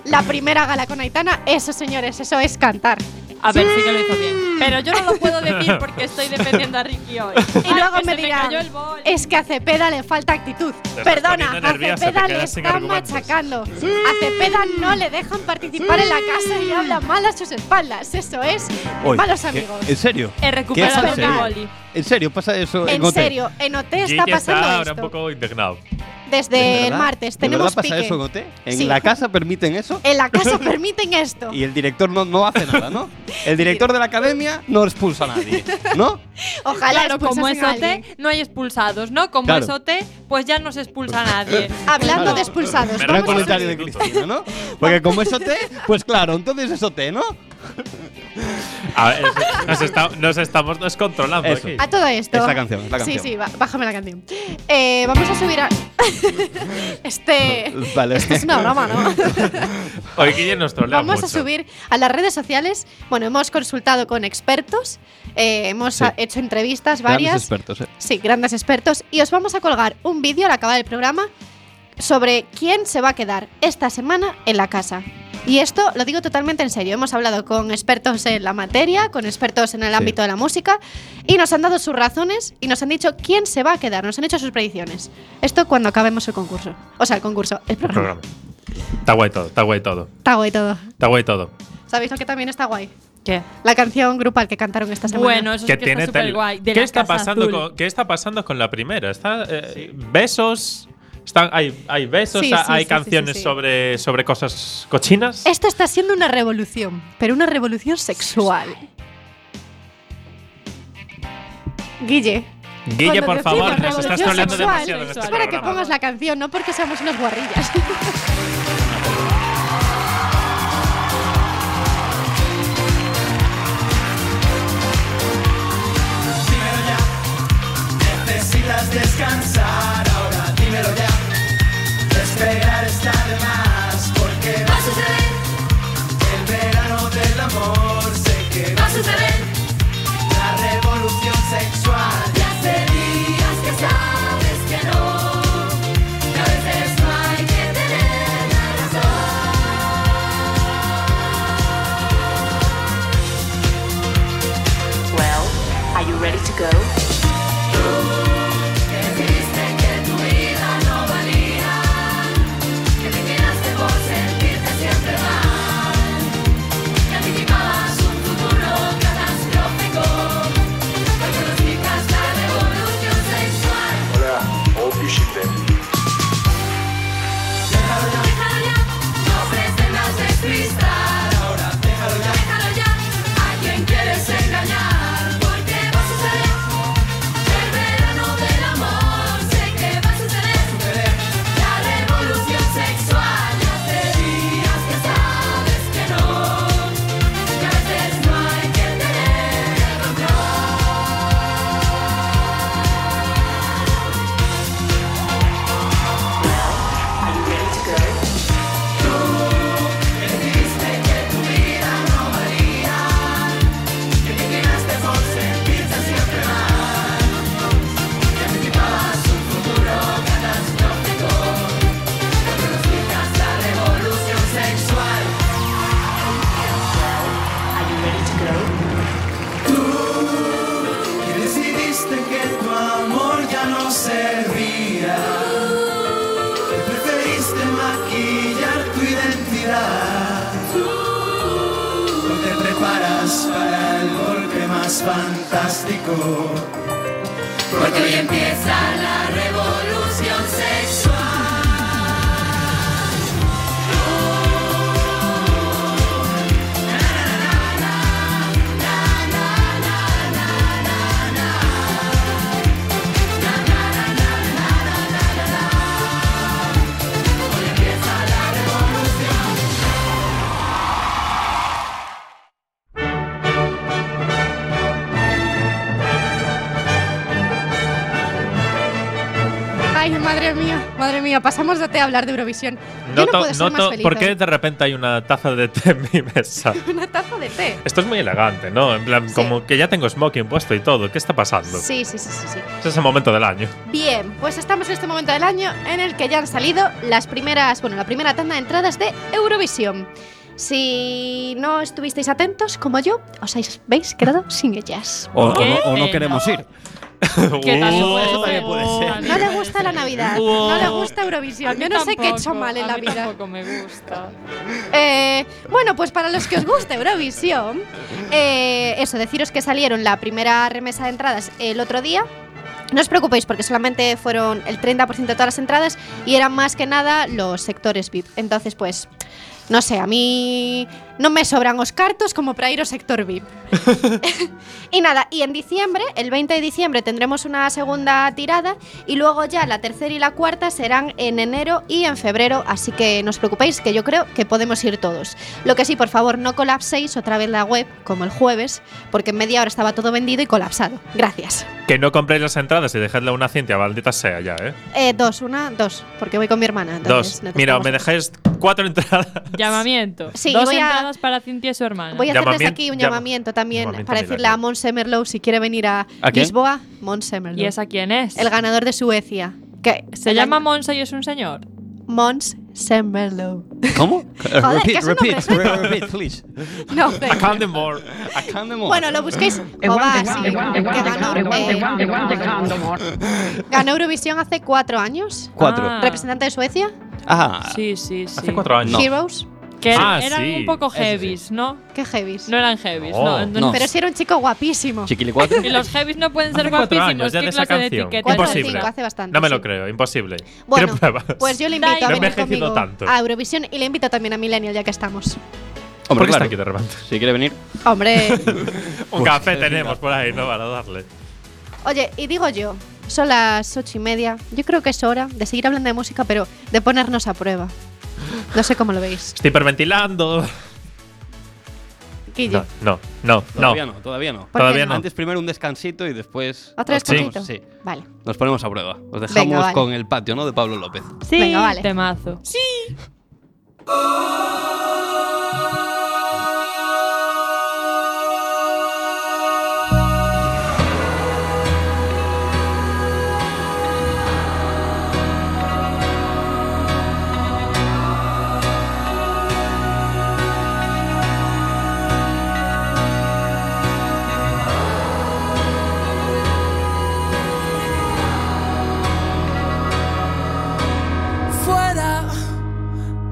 C: la primera gala con Aitana, eso señores, eso es cantar.
B: A ver si que lo hizo bien. Pero yo no lo puedo decir porque estoy defendiendo a Ricky hoy.
C: Y luego
B: que
C: me
B: se
C: dirán, eh,
B: cayó el boli.
C: es que a Cepeda le falta actitud.
A: estás
C: Perdona,
A: poniendo
C: a
A: nerviosa,
C: Cepeda
A: te
C: le
A: quedas sin
C: están
A: argumentos.
C: machacando. A Cepeda no le dejan participar en la casa y habla mal a sus espaldas. Eso es
D: Oy,
C: malos
D: ¿qué?
C: amigos. Eh,
D: ¿En serio?
B: He recuperado
C: ¿Qué
B: mi
C: pasa?
B: boli.
D: ¿En serio? ¿Pasa eso
C: En
D: Gote?
C: serio, en OT
A: Jake
C: está pasando
A: está ahora un
C: esto.
A: poco indignado.
D: ¿De
C: Desde el
D: verdad?
C: martes
D: ¿De
C: tenemos
D: verdad pasa
C: pique.
D: eso, Gote? ¿En
C: Sí.
D: la casa permiten eso?
C: En la casa permiten esto.
D: Y el director no, no hace nada, ¿no? El director de la academia no expulsa a nadie, ¿no?
C: Ojalá
B: claro, como es
C: expulsasen a alguien.
B: OT, no hay expulsados, ¿no? Como
D: Claro.
B: es OT, pues ya no se expulsa a nadie.
C: Hablando
D: Claro.
C: de expulsados,
A: Pero
C: vamos
D: Gran
C: a-
A: con-
D: comentario de Cristina, ¿no? Porque como es OT, pues claro, entonces es OT, ¿no?
A: A ver, nos, está- nos estamos descontrolando
D: Eso.
A: aquí.
C: a todo esto.
D: Es la canción, es la
C: Sí,
D: canción.
C: sí, ba- bájame la canción. Eh, vamos a subir a. este.
D: Vale.
C: Esto es una broma, ¿no?
A: Hoy Guille nos trolea
C: Vamos
A: mucho.
C: a subir a las redes sociales. Bueno, hemos consultado con expertos, eh, hemos
D: Sí.
C: a- hecho entrevistas
D: Grandes
C: varias.
D: expertos, ¿eh?
C: Sí, grandes expertos. Y os vamos a colgar un vídeo al acabar el programa sobre quién se va a quedar esta semana en la casa. Y esto lo digo totalmente en serio. Hemos hablado con expertos en la materia, con expertos en el
D: Sí.
C: ámbito de la música, y nos han dado sus razones y nos han dicho quién se va a quedar. Nos han hecho sus predicciones. Esto cuando acabemos el concurso. O sea, el concurso, el
A: El
C: programa.
A: Este programa. Está guay todo, está guay todo.
C: Está guay todo.
A: Está guay todo.
C: ¿Sabéis lo que también está guay?
B: ¿Qué?
C: La canción grupal que cantaron esta semana.
B: Bueno, eso
A: Que
B: es que está
A: tiene tel-
B: súper guay.
A: ¿Qué, está pasando con, ¿Qué está pasando con la primera? Está, eh, Besos. Están, hay, hay besos,
C: Sí,
A: ha-
C: sí,
A: hay
C: sí,
A: canciones
C: sí, sí, sí.
A: Sobre, sobre cosas cochinas.
C: Esta está siendo una revolución, pero una revolución sexual. Guille,
A: Guille,
C: cuando
A: por
C: decimos
A: favor, nos estás
C: revolución
A: troleando
C: sexual,
A: demasiado en este
C: es para que
A: programa.
C: pongas la canción, no porque seamos unas guarrillas.
G: Necesitas descansar ahora, dímelo ya. Despegar está de más, porque va a suceder. El verano del amor, sé que va a suceder. La revolución sexual. Ya hace días que sabes que no. Que a veces no hay que tener la razón.
H: Well, are you ready to go?
G: Dijiste que tu vida no valía. Que te quedaste por sentirte siempre mal. Que anticipabas un futuro catastrófico. Hoy conocías la revolución sexual. Déjalo ya, déjalo ya, no ofrece más despistar. Ahora déjalo ya, déjalo ya. A quien quieres engañar, porque va a suceder. El verano del amor, sé que va a suceder. La revolución sexual, ya te días que sabes que no. Que a veces no hay que tener el control.
H: Are you ready to go?
G: Dijiste que tu vida no valía, que te quedaste por sentirte siempre mal, que anticipabas un futuro catastrófico, que pronosticas la revolución sexual.
H: Are you ready to go?
G: Que decidiste que tu amor ya no servía, que preferiste maquillar tu identidad. No te preparas para el golpe más fantástico, porque hoy empieza la revolución sexual.
C: Ay, madre mía, madre mía, pasamos de té a hablar de Eurovisión. Yo no
A: Noto-
C: puedo ser más
A: noto-
C: feliz.
A: ¿Por
C: hoy.
A: qué de repente hay una taza de té en mi mesa?
C: Una taza de té.
A: Esto es muy elegante, ¿no? En plan,
C: Sí.
A: como que ya tengo smoking puesto y todo. ¿Qué está pasando?
C: Sí, sí, sí, sí, sí.
A: Ese es el momento del año.
C: Bien, pues estamos en este momento del año en el que ya han salido las primeras, bueno, la primera tanda de entradas de Eurovisión. Si no estuvisteis atentos, como yo, os habéis quedado sin ellas.
D: O, o
B: ¿Qué?
D: no, o no
B: Eh,
D: queremos ir.
B: ¿Qué tal?
A: Uh,
D: eso también puede ser.
C: No le gusta la Navidad, no le gusta Eurovisión. Yo no sé qué he hecho mal en la vida.
B: Tampoco me gusta.
C: Eh, bueno, pues para los que os gusta Eurovisión, eh, eso, deciros que salieron la primera remesa de entradas el otro día. No os preocupéis porque solamente fueron el 30% de todas las entradas y eran más que nada los sectores VIP. Entonces, pues, no sé, a mí no me sobran os cartos como para ir ao sector VIP. y nada, y en diciembre, el 20 de diciembre tendremos una segunda tirada y luego ya la tercera y la cuarta serán en enero y en febrero, así que no os preocupéis que yo creo que podemos ir todos. Lo que sí, por favor, no colapséis otra vez la web como el jueves, porque en media hora estaba todo vendido y colapsado. Gracias.
A: Que no compréis las entradas y dejadle una cintia, maldita sea ya, ¿eh?
C: Eh, dos, una, dos, porque voy con mi hermana. entonces
A: Dos. Mira,
C: necesitamos-
A: me dejáis cuatro entradas.
B: Llamamiento.
C: Sí,
B: Dos
C: voy a-
B: entradas para Cintia y su hermana.
C: Voy a hacer desde
A: Llamamien-
C: aquí un
A: llama-
C: llamamiento también
A: llamamiento
C: para
A: a
C: decirle
A: Milagro.
C: a Monse Merlow si quiere venir a,
D: ¿A quién?
C: Lisboa. Monse Merlow.
B: ¿Y esa quién es?
C: El ganador de Suecia. Que
B: Se
C: el
B: llama
C: año-
B: Monse y es un señor.
C: Mons Merlow.
D: ¿Cómo?
C: Joder, que
D: repeat,
C: es un
D: repeat,
C: hombre.
D: re- repeat, please.
C: No, venga.
A: Candy more.
D: I can't more.
C: Bueno, lo busquéis. Jová, sí, que ganó, eh, ganó Eurovisión hace cuatro años.
D: Cuatro.
B: Ah.
C: Representante de Suecia.
D: Ajá.
B: Sí, sí, sí.
A: Hace cuatro años.
D: No.
C: Heroes.
B: Que
A: Ah,
B: eran
A: sí.
B: un poco
D: Ese sí.
B: heavies, ¿no?
C: Qué heavies.
B: No eran heavies,
A: No,
B: no.
D: no.
C: Pero sí era un chico guapísimo.
D: Chiquilicuatre.
B: Y los heavies no pueden ser
A: Hace cuatro
B: guapísimos.
A: años ya
B: ¿Qué
A: de esa
B: clase de
A: canción.
B: etiqueta?
C: Cuatro o
A: Imposible.
C: cinco, hace bastante.
A: No me
C: sí.
A: lo creo, imposible.
C: Bueno,
A: Quiero pruebas.
C: pues yo le invito
B: No
C: a
B: he
C: venir
A: envejecido
C: conmigo
A: tanto.
C: a Eurovisión y le invito también a Millennial ya que estamos.
A: ¿Por
D: Hombre,
A: qué está
D: claro.
A: aquí de repente?
D: Si quiere venir.
C: Hombre,
A: Un café tenemos por ahí, ¿no? Para darle.
C: oye, y digo yo, son las ocho y media. Yo creo que es hora de seguir hablando de música, pero de ponernos a prueba. No sé cómo lo veis.
A: Estoy hiperventilando.
C: Guille,
A: No, no, no, no.
D: Todavía no, todavía no.
C: qué
A: Todavía
C: no?
A: no.
D: Antes primero un descansito y después.
C: ¿otra vez
A: Sí.
C: poquito?
D: Sí.
C: Vale.
D: Nos ponemos a prueba. Os dejamos
C: vale.
D: con el patio, ¿no? De Pablo López.
B: Sí,
C: Venga, vale.
B: temazo.
I: fuera,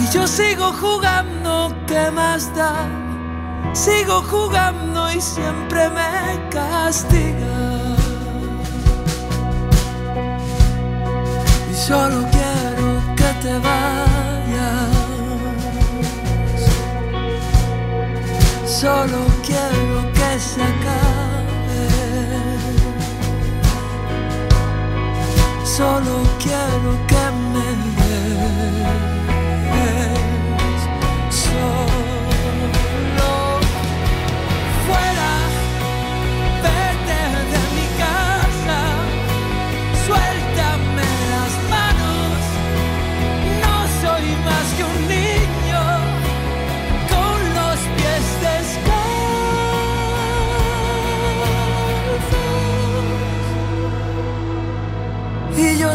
I: Y yo sigo jugando, ¿qué más da? Sigo jugando y siempre me castiga. Y solo quiero que te vayas. Solo quiero que se acabe. Solo quiero que me des. Solo fuera, vete de mi casa. Suéltame las manos. No soy más que un niño con los pies descalzos. Y yo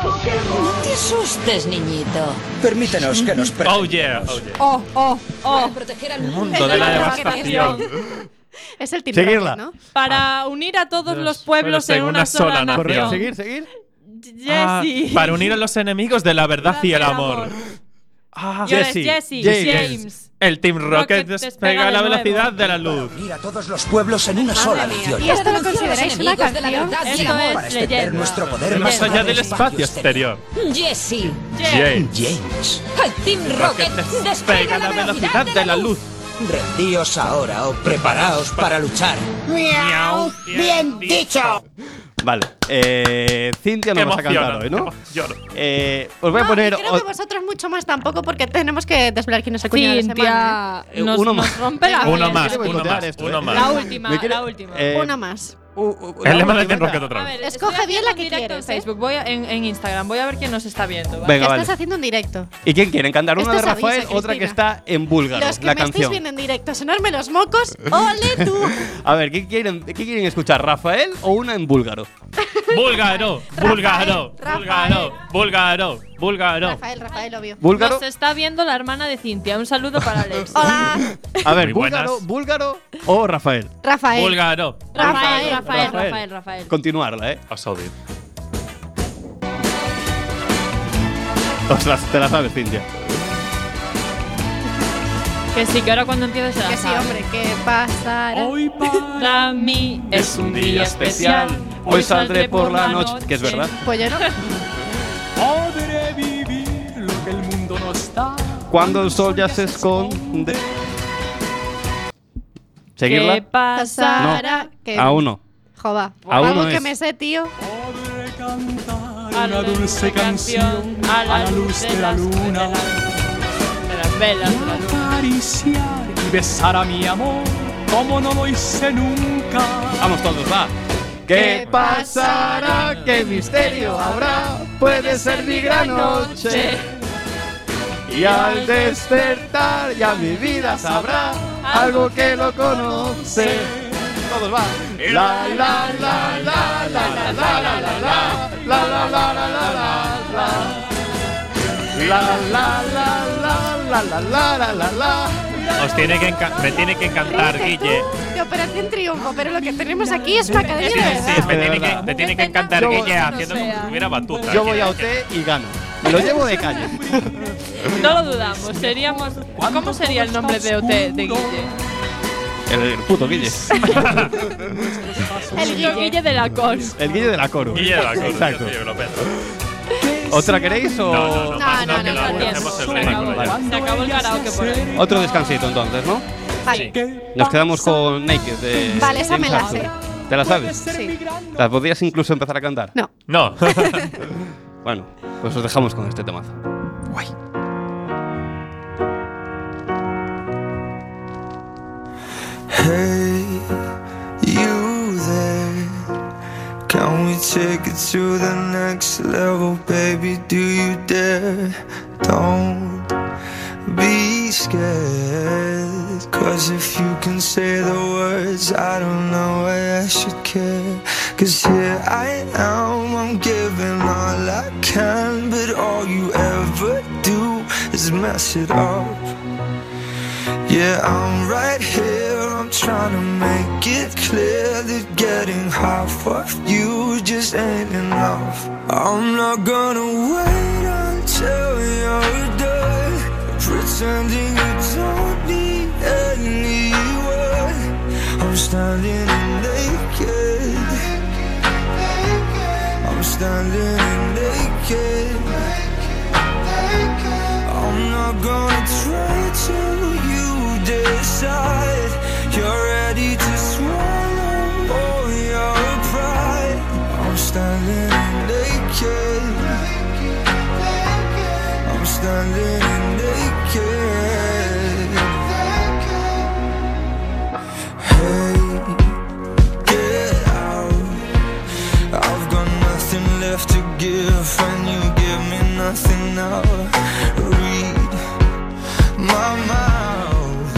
H: No te asustes, niñito.
G: Permítenos que nos
A: Oh yeah, oh yeah.
B: Oh, oh, oh.
H: Proteger al mundo.
A: Mundo de la
C: Eso es lo que
A: devastación.
C: Es el tiburón,
D: Seguirla.
C: ¿no?
B: Para unir a todos
A: Los
B: los pueblos en una sola
A: Correcto,
B: nación.
D: Seguir, seguir.
A: Ah,
B: Jesse.
A: para unir a los enemigos de la verdad y el amor. Ah,
B: Yo eres
D: Jesse,
B: Jesse,
D: James.
B: James.
A: El Team Rocket
B: Rocket
A: despega
B: despega
A: a la
B: de nuevo.
A: velocidad de la luz.
G: Unir a todos los pueblos en una sola nación.
C: ¿Y esto lo consideráis una canción?
G: Y
B: Esto
G: amor
B: es
G: para extender
B: leyenda.
G: nuestro poder
B: Leyenda.
A: Más allá del espacio exterior.
H: Jesse,
B: Jesse.
G: James,
H: al Team Rocket,
A: Despega a
H: despega
A: la velocidad de la luz.
G: rendíos ahora o preparaos para luchar.
A: Miau. Bien dicho.
D: Vale, eh, Cintia
A: Qué
D: no vas a cantar
A: emocionado,
D: hoy, ¿no?
A: Lloro.
D: Eh, os voy a
C: No,
D: poner
C: Ah, y creo
D: o-
C: que vosotros mucho más tampoco, porque tenemos que desvelar quién es el cuñado de la semana.
B: Cintia,
D: Eh,
B: nos,
D: uno
B: nos
D: más.
B: rompe la
A: Uno
B: olla.
A: más,
D: quiero
A: uno
D: boicotear
A: más,
D: esto,
A: uno
D: eh.
B: La
A: más.
B: última,
D: Me quiere-
B: la última.
D: eh,
C: ¿eh? Una más.
D: u- u-
A: El lema
D: última,
A: del Team
D: venga.
A: Rocket otra
B: A
A: vez.
B: ver,
C: Escoge
B: estoy
C: bien la
B: haciendo
C: que
B: un directo
C: quieres,
B: en
C: ¿eh?
B: Facebook, voy a- en, en Instagram, voy a ver quién nos está viendo. ¿vale?
D: Venga,
C: que
D: vale.
C: estás haciendo en directo.
D: ¿Y quién quieren? ¿Cantar una
C: Esto
D: de
C: se avisa,
D: Rafael, otra que
C: Cristina.
D: está en búlgaro?
C: Los que
D: la
C: me estáis
D: canción.
C: viendo en directo, sonarme los mocos. ¡Ole tú!
D: A ver, ¿qué quieren, ¿qué quieren escuchar? ¿Rafael o una en búlgaro?
A: Búlgaro, búlgaro,
C: Rafael.
A: búlgaro, búlgaro, búlgaro.
C: Rafael, Rafael, obvio.
D: ¿Búlgaro?
B: Nos está viendo la hermana de Cintia. Un saludo para Alex.
C: Hola,
D: A ver,
A: Muy
D: ¿búlgaro,
A: buenas.
D: búlgaro o Rafael?
C: Rafael.
A: Búlgaro.
B: Rafael, Rafael,
D: Rafael.
B: Rafael, Rafael.
D: Continuarla, ¿eh?
A: Os odio.
D: Os la- te la sabes, Cintia.
B: Que sí, que ahora cuando empieces será.
C: Que sí, hombre, ¿qué pasará?
B: Para mí es un día especial.
D: Hoy saldré por la noche. Que es verdad.
C: Pues yo no.
J: Podré vivir lo que el mundo nos da.
D: Cuando el sol ya se esconde.
B: ¿Qué
D: ¿Seguirla?
B: pasará?
C: Pasará que-
D: Aún no.
C: Jova.
D: Aún
C: Algo
D: no
C: que
D: es.
C: me sé, tío.
J: A la dulce canción, a la luz de la luna.
B: De las velas. de la luz.
J: Acariciar y besar a mi amor como no lo hice nunca.
D: Vamos todos, va. ¿Qué pasará? ¿Qué misterio habrá? Puede ser mi gran noche. Y al despertar ya mi vida sabrá algo que lo conoce. Todos va. La la la la la la la la la la la la la la la la la la la la la la la la la
A: Os tiene que enca- me tiene que encantar,
C: Ríete tú
A: Guille.
C: De Operación Triunfo, pero lo que tenemos aquí es una academia de
A: Sí,
C: verdad.
A: me
D: de
A: tiene que,
D: verdad.
A: te tiene que encantar,
D: Yo-
A: Guille,
D: no
A: haciendo como si tuviera batuta.
D: Yo voy a OT y gano. Me lo llevo de calle.
B: No lo dudamos. Seríamos. ¿Cómo sería el nombre de OT de Guille?
D: El puto Guille.
B: El Guille, del alcohol.
D: El Guille de la Coro.
A: Guille de la Cruz,
D: Exacto.
A: yo soy europeo.
D: ¿Otra queréis o.?
A: No, no, no,
C: No,
A: más no,
C: no,
A: que
C: no,
A: lo
C: no,
A: hacemos el
D: no.
A: ridículo ya.
B: Se acabó el karaoke por hoy.
D: Otro descansito entonces, ¿no?
C: Vale,
D: Nos quedamos con Naked de.
C: Vale, esa
D: James
C: me la
D: Arthur.
C: sé.
D: ¿Te la sabes?
C: sí.
D: ¿La podrías incluso empezar a cantar?
C: No.
A: No,
D: Bueno, pues os dejamos con este temazo.
I: Hey, you there. Can we take it to the next level, baby? Do you dare? Don't be scared. Cause if you can say the words, I don't know why I should care. Cause here I am, I'm giving all I can, but all you ever do is mess it up. Yeah, I'm right here. I'm trying to make it clear that getting half of you just ain't enough. I'm not gonna wait until you're done pretending you don't need anyone. I'm standing naked. I'm standing naked. I'm not gonna try till you decide you're ready to swallow all your pride. I'm standing naked. I'm standing naked. Hey, get out. I've got nothing left to give, and you give me nothing now. Read my mouth.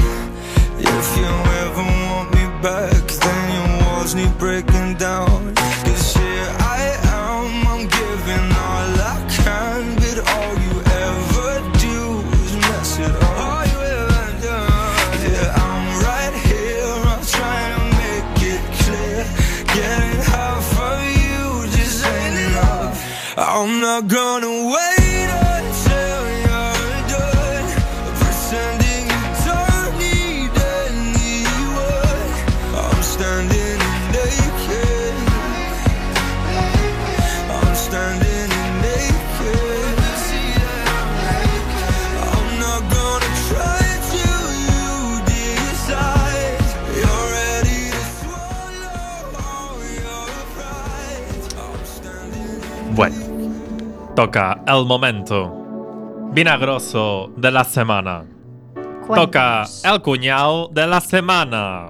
I: If you ever want me back, then your walls need breaking down. Cause here I am, I'm giving all I can, but all you ever do is mess it up. All you ever do. Yeah, I'm right here, I'm trying to make it clear. Getting half of you just ain't enough. I'm not gonna wait until you're done. Pretending you don't need anyone. I'm standing naked. I'm standing naked. I'm not gonna try till you decide you're ready to swallow all your pride. I'm standing
A: bueno. Toca el momento vinagroso de la semana. Toca el cuñado de la semana.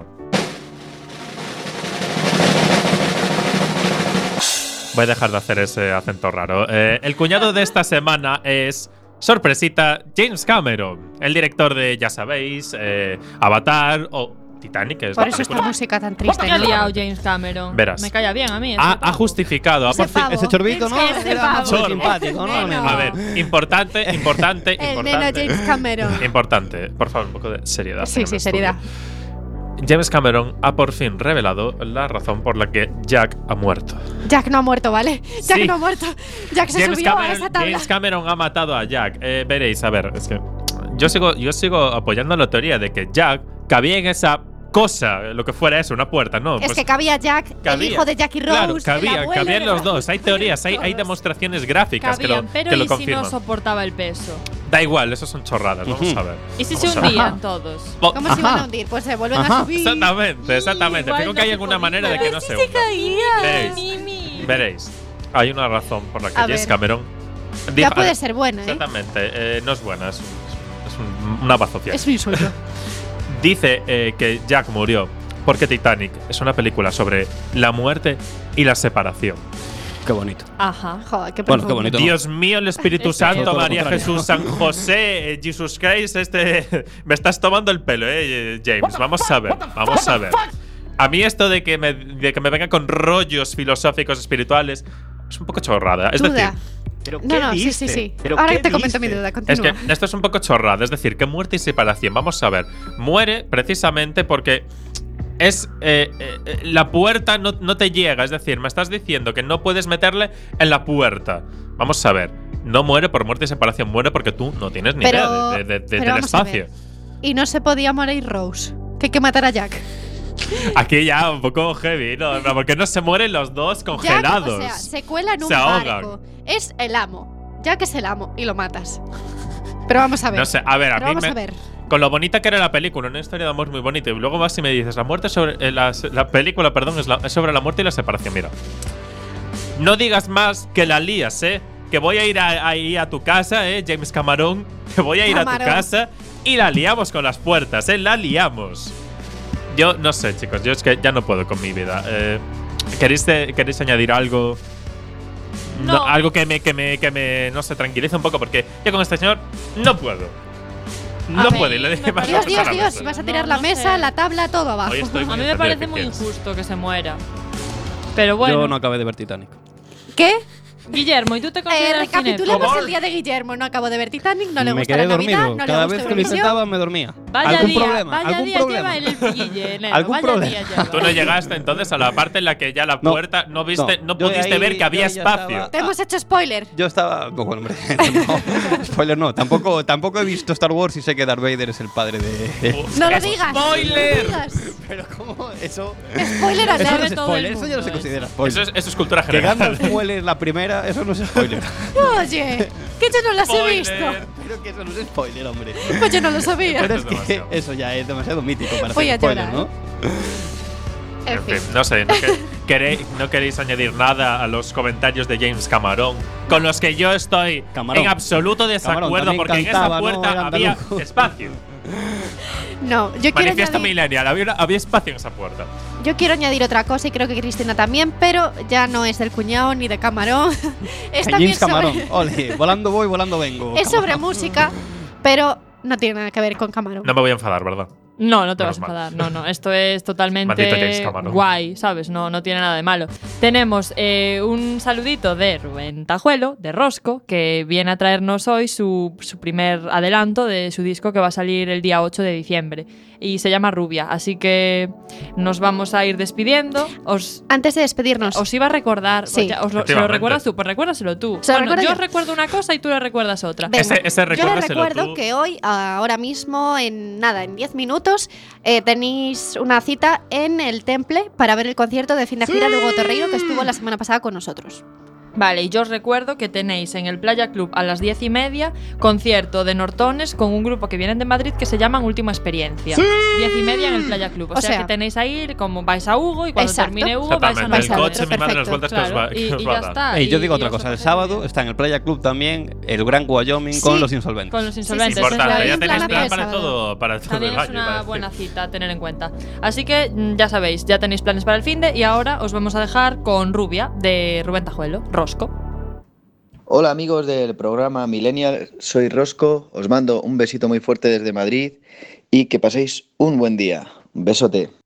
A: Voy a dejar de hacer ese acento raro. Eh, el cuñado de esta semana es, sorpresita, James Cameron, el director de, ya sabéis, eh, Avatar o Titanic, que es
C: Por
A: la
C: eso esta
A: película.
C: música tan triste.
B: ¿Qué ha
C: ¿no?
B: liado James Cameron?
A: Verás. Ah,
B: Me calla bien a
A: ha,
B: mí. este
A: ha
B: pavo.
A: justificado, ha
C: Ese
A: por fin-
C: pavo.
D: Ese chorbito, ¿no?
B: Ese
D: Era más
B: pavo.
D: simpático, ¿no?
B: Bueno.
A: A ver, importante, importante,
C: El neno
A: importante.
C: James Cameron.
A: Importante, por favor, un poco de seriedad.
C: Sí,
A: señor
C: sí,
A: Mestre.
C: seriedad.
A: James Cameron ha por fin revelado la razón por la que Jack ha muerto.
C: Jack no ha muerto, ¿vale? Jack
A: Sí.
C: no ha muerto. Jack se
A: James,
C: subió
A: Cameron,
C: a esa tabla.
A: James Cameron ha matado a Jack. Eh, veréis, a ver, es que yo sigo, yo sigo apoyando la teoría de que Jack cabía en esa cosa, lo que fuera eso, una puerta, ¿no?
C: es
A: pues
C: que cabía Jack,
A: cabía.
C: el hijo de Jackie Rose.
A: Claro,
C: el
A: cabía,
C: abuelo
A: cabían
C: de-
A: los dos. Hay teorías, hay, hay demostraciones gráficas que lo,
B: Cabían, pero
A: que lo
B: ¿y si no
A: confirman.
B: soportaba el peso?
A: da igual, eso son chorradas, vamos a ver.
B: ¿Y si
A: Vamos
B: se
A: a ver.
B: hundían todos?
A: Bo-
C: ¿Cómo se van a
A: Ajá.
C: hundir? Pues se vuelven a
A: Ajá.
C: subir.
A: Exactamente, exactamente.
C: Igual
A: Creo
C: no
A: que hay
C: se
A: alguna manera de que no se hunda.
C: caía.
A: Veréis. Veréis. Hay una razón por la que
C: A
A: Jess
C: ver.
A: Cameron.
C: Ya
A: dijo-
C: puede ser buena, ¿eh?
A: Exactamente, eh, no es buena, es, un- es un- una bazofia.
C: Es un insulto.
A: Dice eh, que Jack murió porque Titanic es una película sobre la muerte y la separación.
K: Qué bonito.
B: Ajá.
C: Joder, qué
K: Bueno, qué
C: profundo.
K: bonito.
A: Dios mío, el Espíritu
K: Es todo
A: Santo,
K: lo
A: María
K: contrario.
A: Jesús, San José, eh, Jesus Christ, este. Me estás tomando el pelo, eh, eh, James. Vamos a ver, vamos a ver. A mí esto de que me, de que me venga con rollos filosóficos espirituales es un poco chorrada. Es decir,
C: Duda. no, no, sí, sí, sí. Ahora te comento mi duda,
A: es
C: continúa.
A: que esto es un poco chorrada, es decir, que muerte y separación. Vamos a ver. Muere precisamente porque es. eh, eh, eh, la puerta no, no te llega. Es decir, me estás diciendo que no puedes meterle en la puerta. Vamos a ver. No muere por muerte y separación, muere porque tú no tienes ni
C: Pero-
A: idea de- de- de- de-
C: pero
A: del
C: vamos a ver.
A: espacio.
C: Y no se podía morir Rose. Que hay que matar a Jack.
A: Aquí ya un poco heavy, ¿no? En plan, Porque no se mueren los dos congelados.
C: Jack, o sea, se cuela en un
A: Se ahogan.
C: barco. Es el amo. Jack es el amo y lo matas. Pero vamos a ver.
A: No sé, a ver, a
C: Pero
A: mí
C: vamos
A: me-
C: a ver.
A: Con lo bonita que era la película, una historia de amor muy bonita. Y luego vas y me dices, la muerte sobre. eh, la, la película, perdón, es, la- es sobre la muerte y la separación. Mira. No digas más que la lías, ¿eh? Que voy a ir a- ahí a tu casa, ¿eh? James Cameron. Que voy a ir a
C: Cameron.
A: tu casa y la liamos con las puertas, ¿eh? La liamos. Yo no sé, chicos. Yo es que ya no puedo con mi vida. Eh, ¿queréis, eh, ¿Queréis añadir algo? No,
B: No.
A: algo que me, que me, que me, no sé, tranquilice un poco, porque yo con este señor no puedo. No
B: ver,
A: puedo, y le dije,
B: me
A: vas a
C: Dios,
A: pisar
C: Dios,
A: la
C: Dios.
A: mesa.
C: Vas a
B: No,
C: tirar la
B: no
C: mesa,
B: sé.
C: la tabla, todo abajo.
A: Hoy estoy muy
B: A mí me
A: encendido,
B: parece
A: ¿qué
B: muy
A: quieres?
B: injusto que se muera. Pero bueno,
K: Yo no acabé de ver Titanic.
C: ¿Qué?
B: Guillermo, ¿y tú te
C: Eh,
B: consideras cinéfilo?
C: recapitulemos el día de Guillermo. No acabo de ver Titanic, no le
K: me
C: gusta
K: quedé
C: la Navidad,
K: dormido.
C: no le
K: Cada
C: gusta
K: vez que lo
C: Eurovisión.
K: intentaba me dormía.
B: Vaya
K: ¿Algún
B: día,
K: problema?
B: vaya
K: ¿Algún
B: día
K: problema?
B: lleva el Guillermo.
K: ¿Algún
B: vaya
K: problema?
B: día lleva.
A: Tú no llegaste entonces a la parte en la que ya la
K: No,
A: puerta no, viste, no,
K: no. Yo
A: pudiste
K: ahí-
A: ver que había
K: yo ya estaba-
A: espacio.
C: Te hemos hecho spoiler.
K: Yo estaba. No, bueno, hombre. No, spoiler no. Tampoco, tampoco he visto Star Wars y sé que Darth Vader es el padre de.
C: No lo digas.
A: ¡Spoiler!
C: No lo digas.
K: Pero ¿cómo? Eso.
C: Spoiler
K: Eso no
C: alert.
K: es
B: todo
K: spoiler.
B: el
K: Eso ya no se
B: mundo,
K: considera
A: Eso
K: spoiler.
A: es, eso es cultura
K: Que
A: general.
K: Gandalf muere la primera, eso no es spoiler.
C: Oye, que yo no las he
A: Spoiler.
C: visto.
K: Pero que eso no es spoiler, hombre.
C: Pues yo no lo sabía.
K: Pero es que
A: demasiado.
K: eso ya es demasiado mítico para
C: Voy
K: ser
C: a
K: spoiler,
C: llorar.
K: ¿no?
C: En fin.
A: no sé, no, que- queréis- no queréis añadir nada a los comentarios de James Cameron, con los que yo estoy
K: Cameron.
A: en absoluto desacuerdo,
K: Cameron, también
A: porque en
K: cantaba,
A: esa
K: ¿no?
A: puerta
K: Era
A: había
K: andaluz.
A: espacio.
C: No, yo quiero,
A: Manifiesto
C: añadir, Uh,
A: millennial, había, una- había espacio en esa puerta.
C: yo quiero añadir otra cosa y creo que Cristina también, pero ya no es del cuñado ni de Camarón. es también
K: James Cameron,
C: sobre,
K: ole, volando voy, volando
D: Oh,
K: vengo.
C: es sobre música, pero no tiene nada que ver con Camarón.
A: No me voy a enfadar, ¿verdad?
B: No, no te
A: Menos
B: vas a
A: mal.
B: enfadar. No, no. Esto es
A: Maldito James
B: totalmente
A: Cameron.
B: guay, ¿sabes? No, no tiene nada de malo. Tenemos eh, un saludito de Rubén Tajuelo, de Rosco, que viene a traernos hoy su, su primer adelanto de su disco que va a salir el día 8 de diciembre. Y se llama Rubia. Así que nos vamos a ir despidiendo. Os.
C: Antes de despedirnos,
B: Os iba a recordar,
C: Sí.
B: ya os lo, ¿se lo
A: Efectivamente.
B: recuerdas tú? Pues recuérdaselo tú.
C: Se lo
B: Bueno,
C: recuerdo
B: yo
C: yo.
B: os recuerdo una cosa y tú le recuerdas otra.
C: Venga.
A: Ese- ese
C: yo les
A: recuérdaselo
C: recuerdo
A: tú.
C: que hoy, ahora mismo, en nada, en 10 minutos, eh, tenéis una cita en el Temple para ver el concierto de fin de gira de Hugo Torreiro que estuvo la semana pasada con nosotros.
B: Vale, y yo os recuerdo que tenéis en el Playa Club a las diez y media concierto de Nortones con un grupo que vienen de Madrid que se llaman Última Experiencia. Diez y media en el Playa Club. O,
C: O
B: sea,
C: sea-
B: que tenéis ahí como vais a Hugo y cuando
C: Exacto.
B: termine Hugo vais a
A: Exactamente, el
C: vais a
B: Nortones.
A: coche, mi madre, las
C: perfecto,
A: vueltas que os va,
B: Claro,
A: que
B: y,
A: os
B: y
A: va
B: ya
A: a dar.
B: está.
K: Y yo digo
B: y
K: otra
B: os
K: cosa, el
B: apetece bien.
K: sábado está en el Playa Club también el Gran Wyoming con
C: Sí.
K: los insolventes.
B: Con los
C: sí,
B: insolventes.
C: sí, sí,
A: Importante,
C: sí,
A: ya
C: sí,
A: tenéis
C: sí,
A: plan
C: sí,
A: para
C: sí.
A: todo, para todo
B: También
A: el
B: es
A: año. iba a
B: una
A: decir.
B: buena cita a tener en cuenta. Así que mm, ya sabéis, ya tenéis planes para el fin de y ahora os vamos a dejar con Rubia de Rubén Tajuelo, Rosco.
L: Hola amigos del programa Millennial, soy Rosco, os mando un besito muy fuerte desde Madrid y que paséis un buen día. Un besote.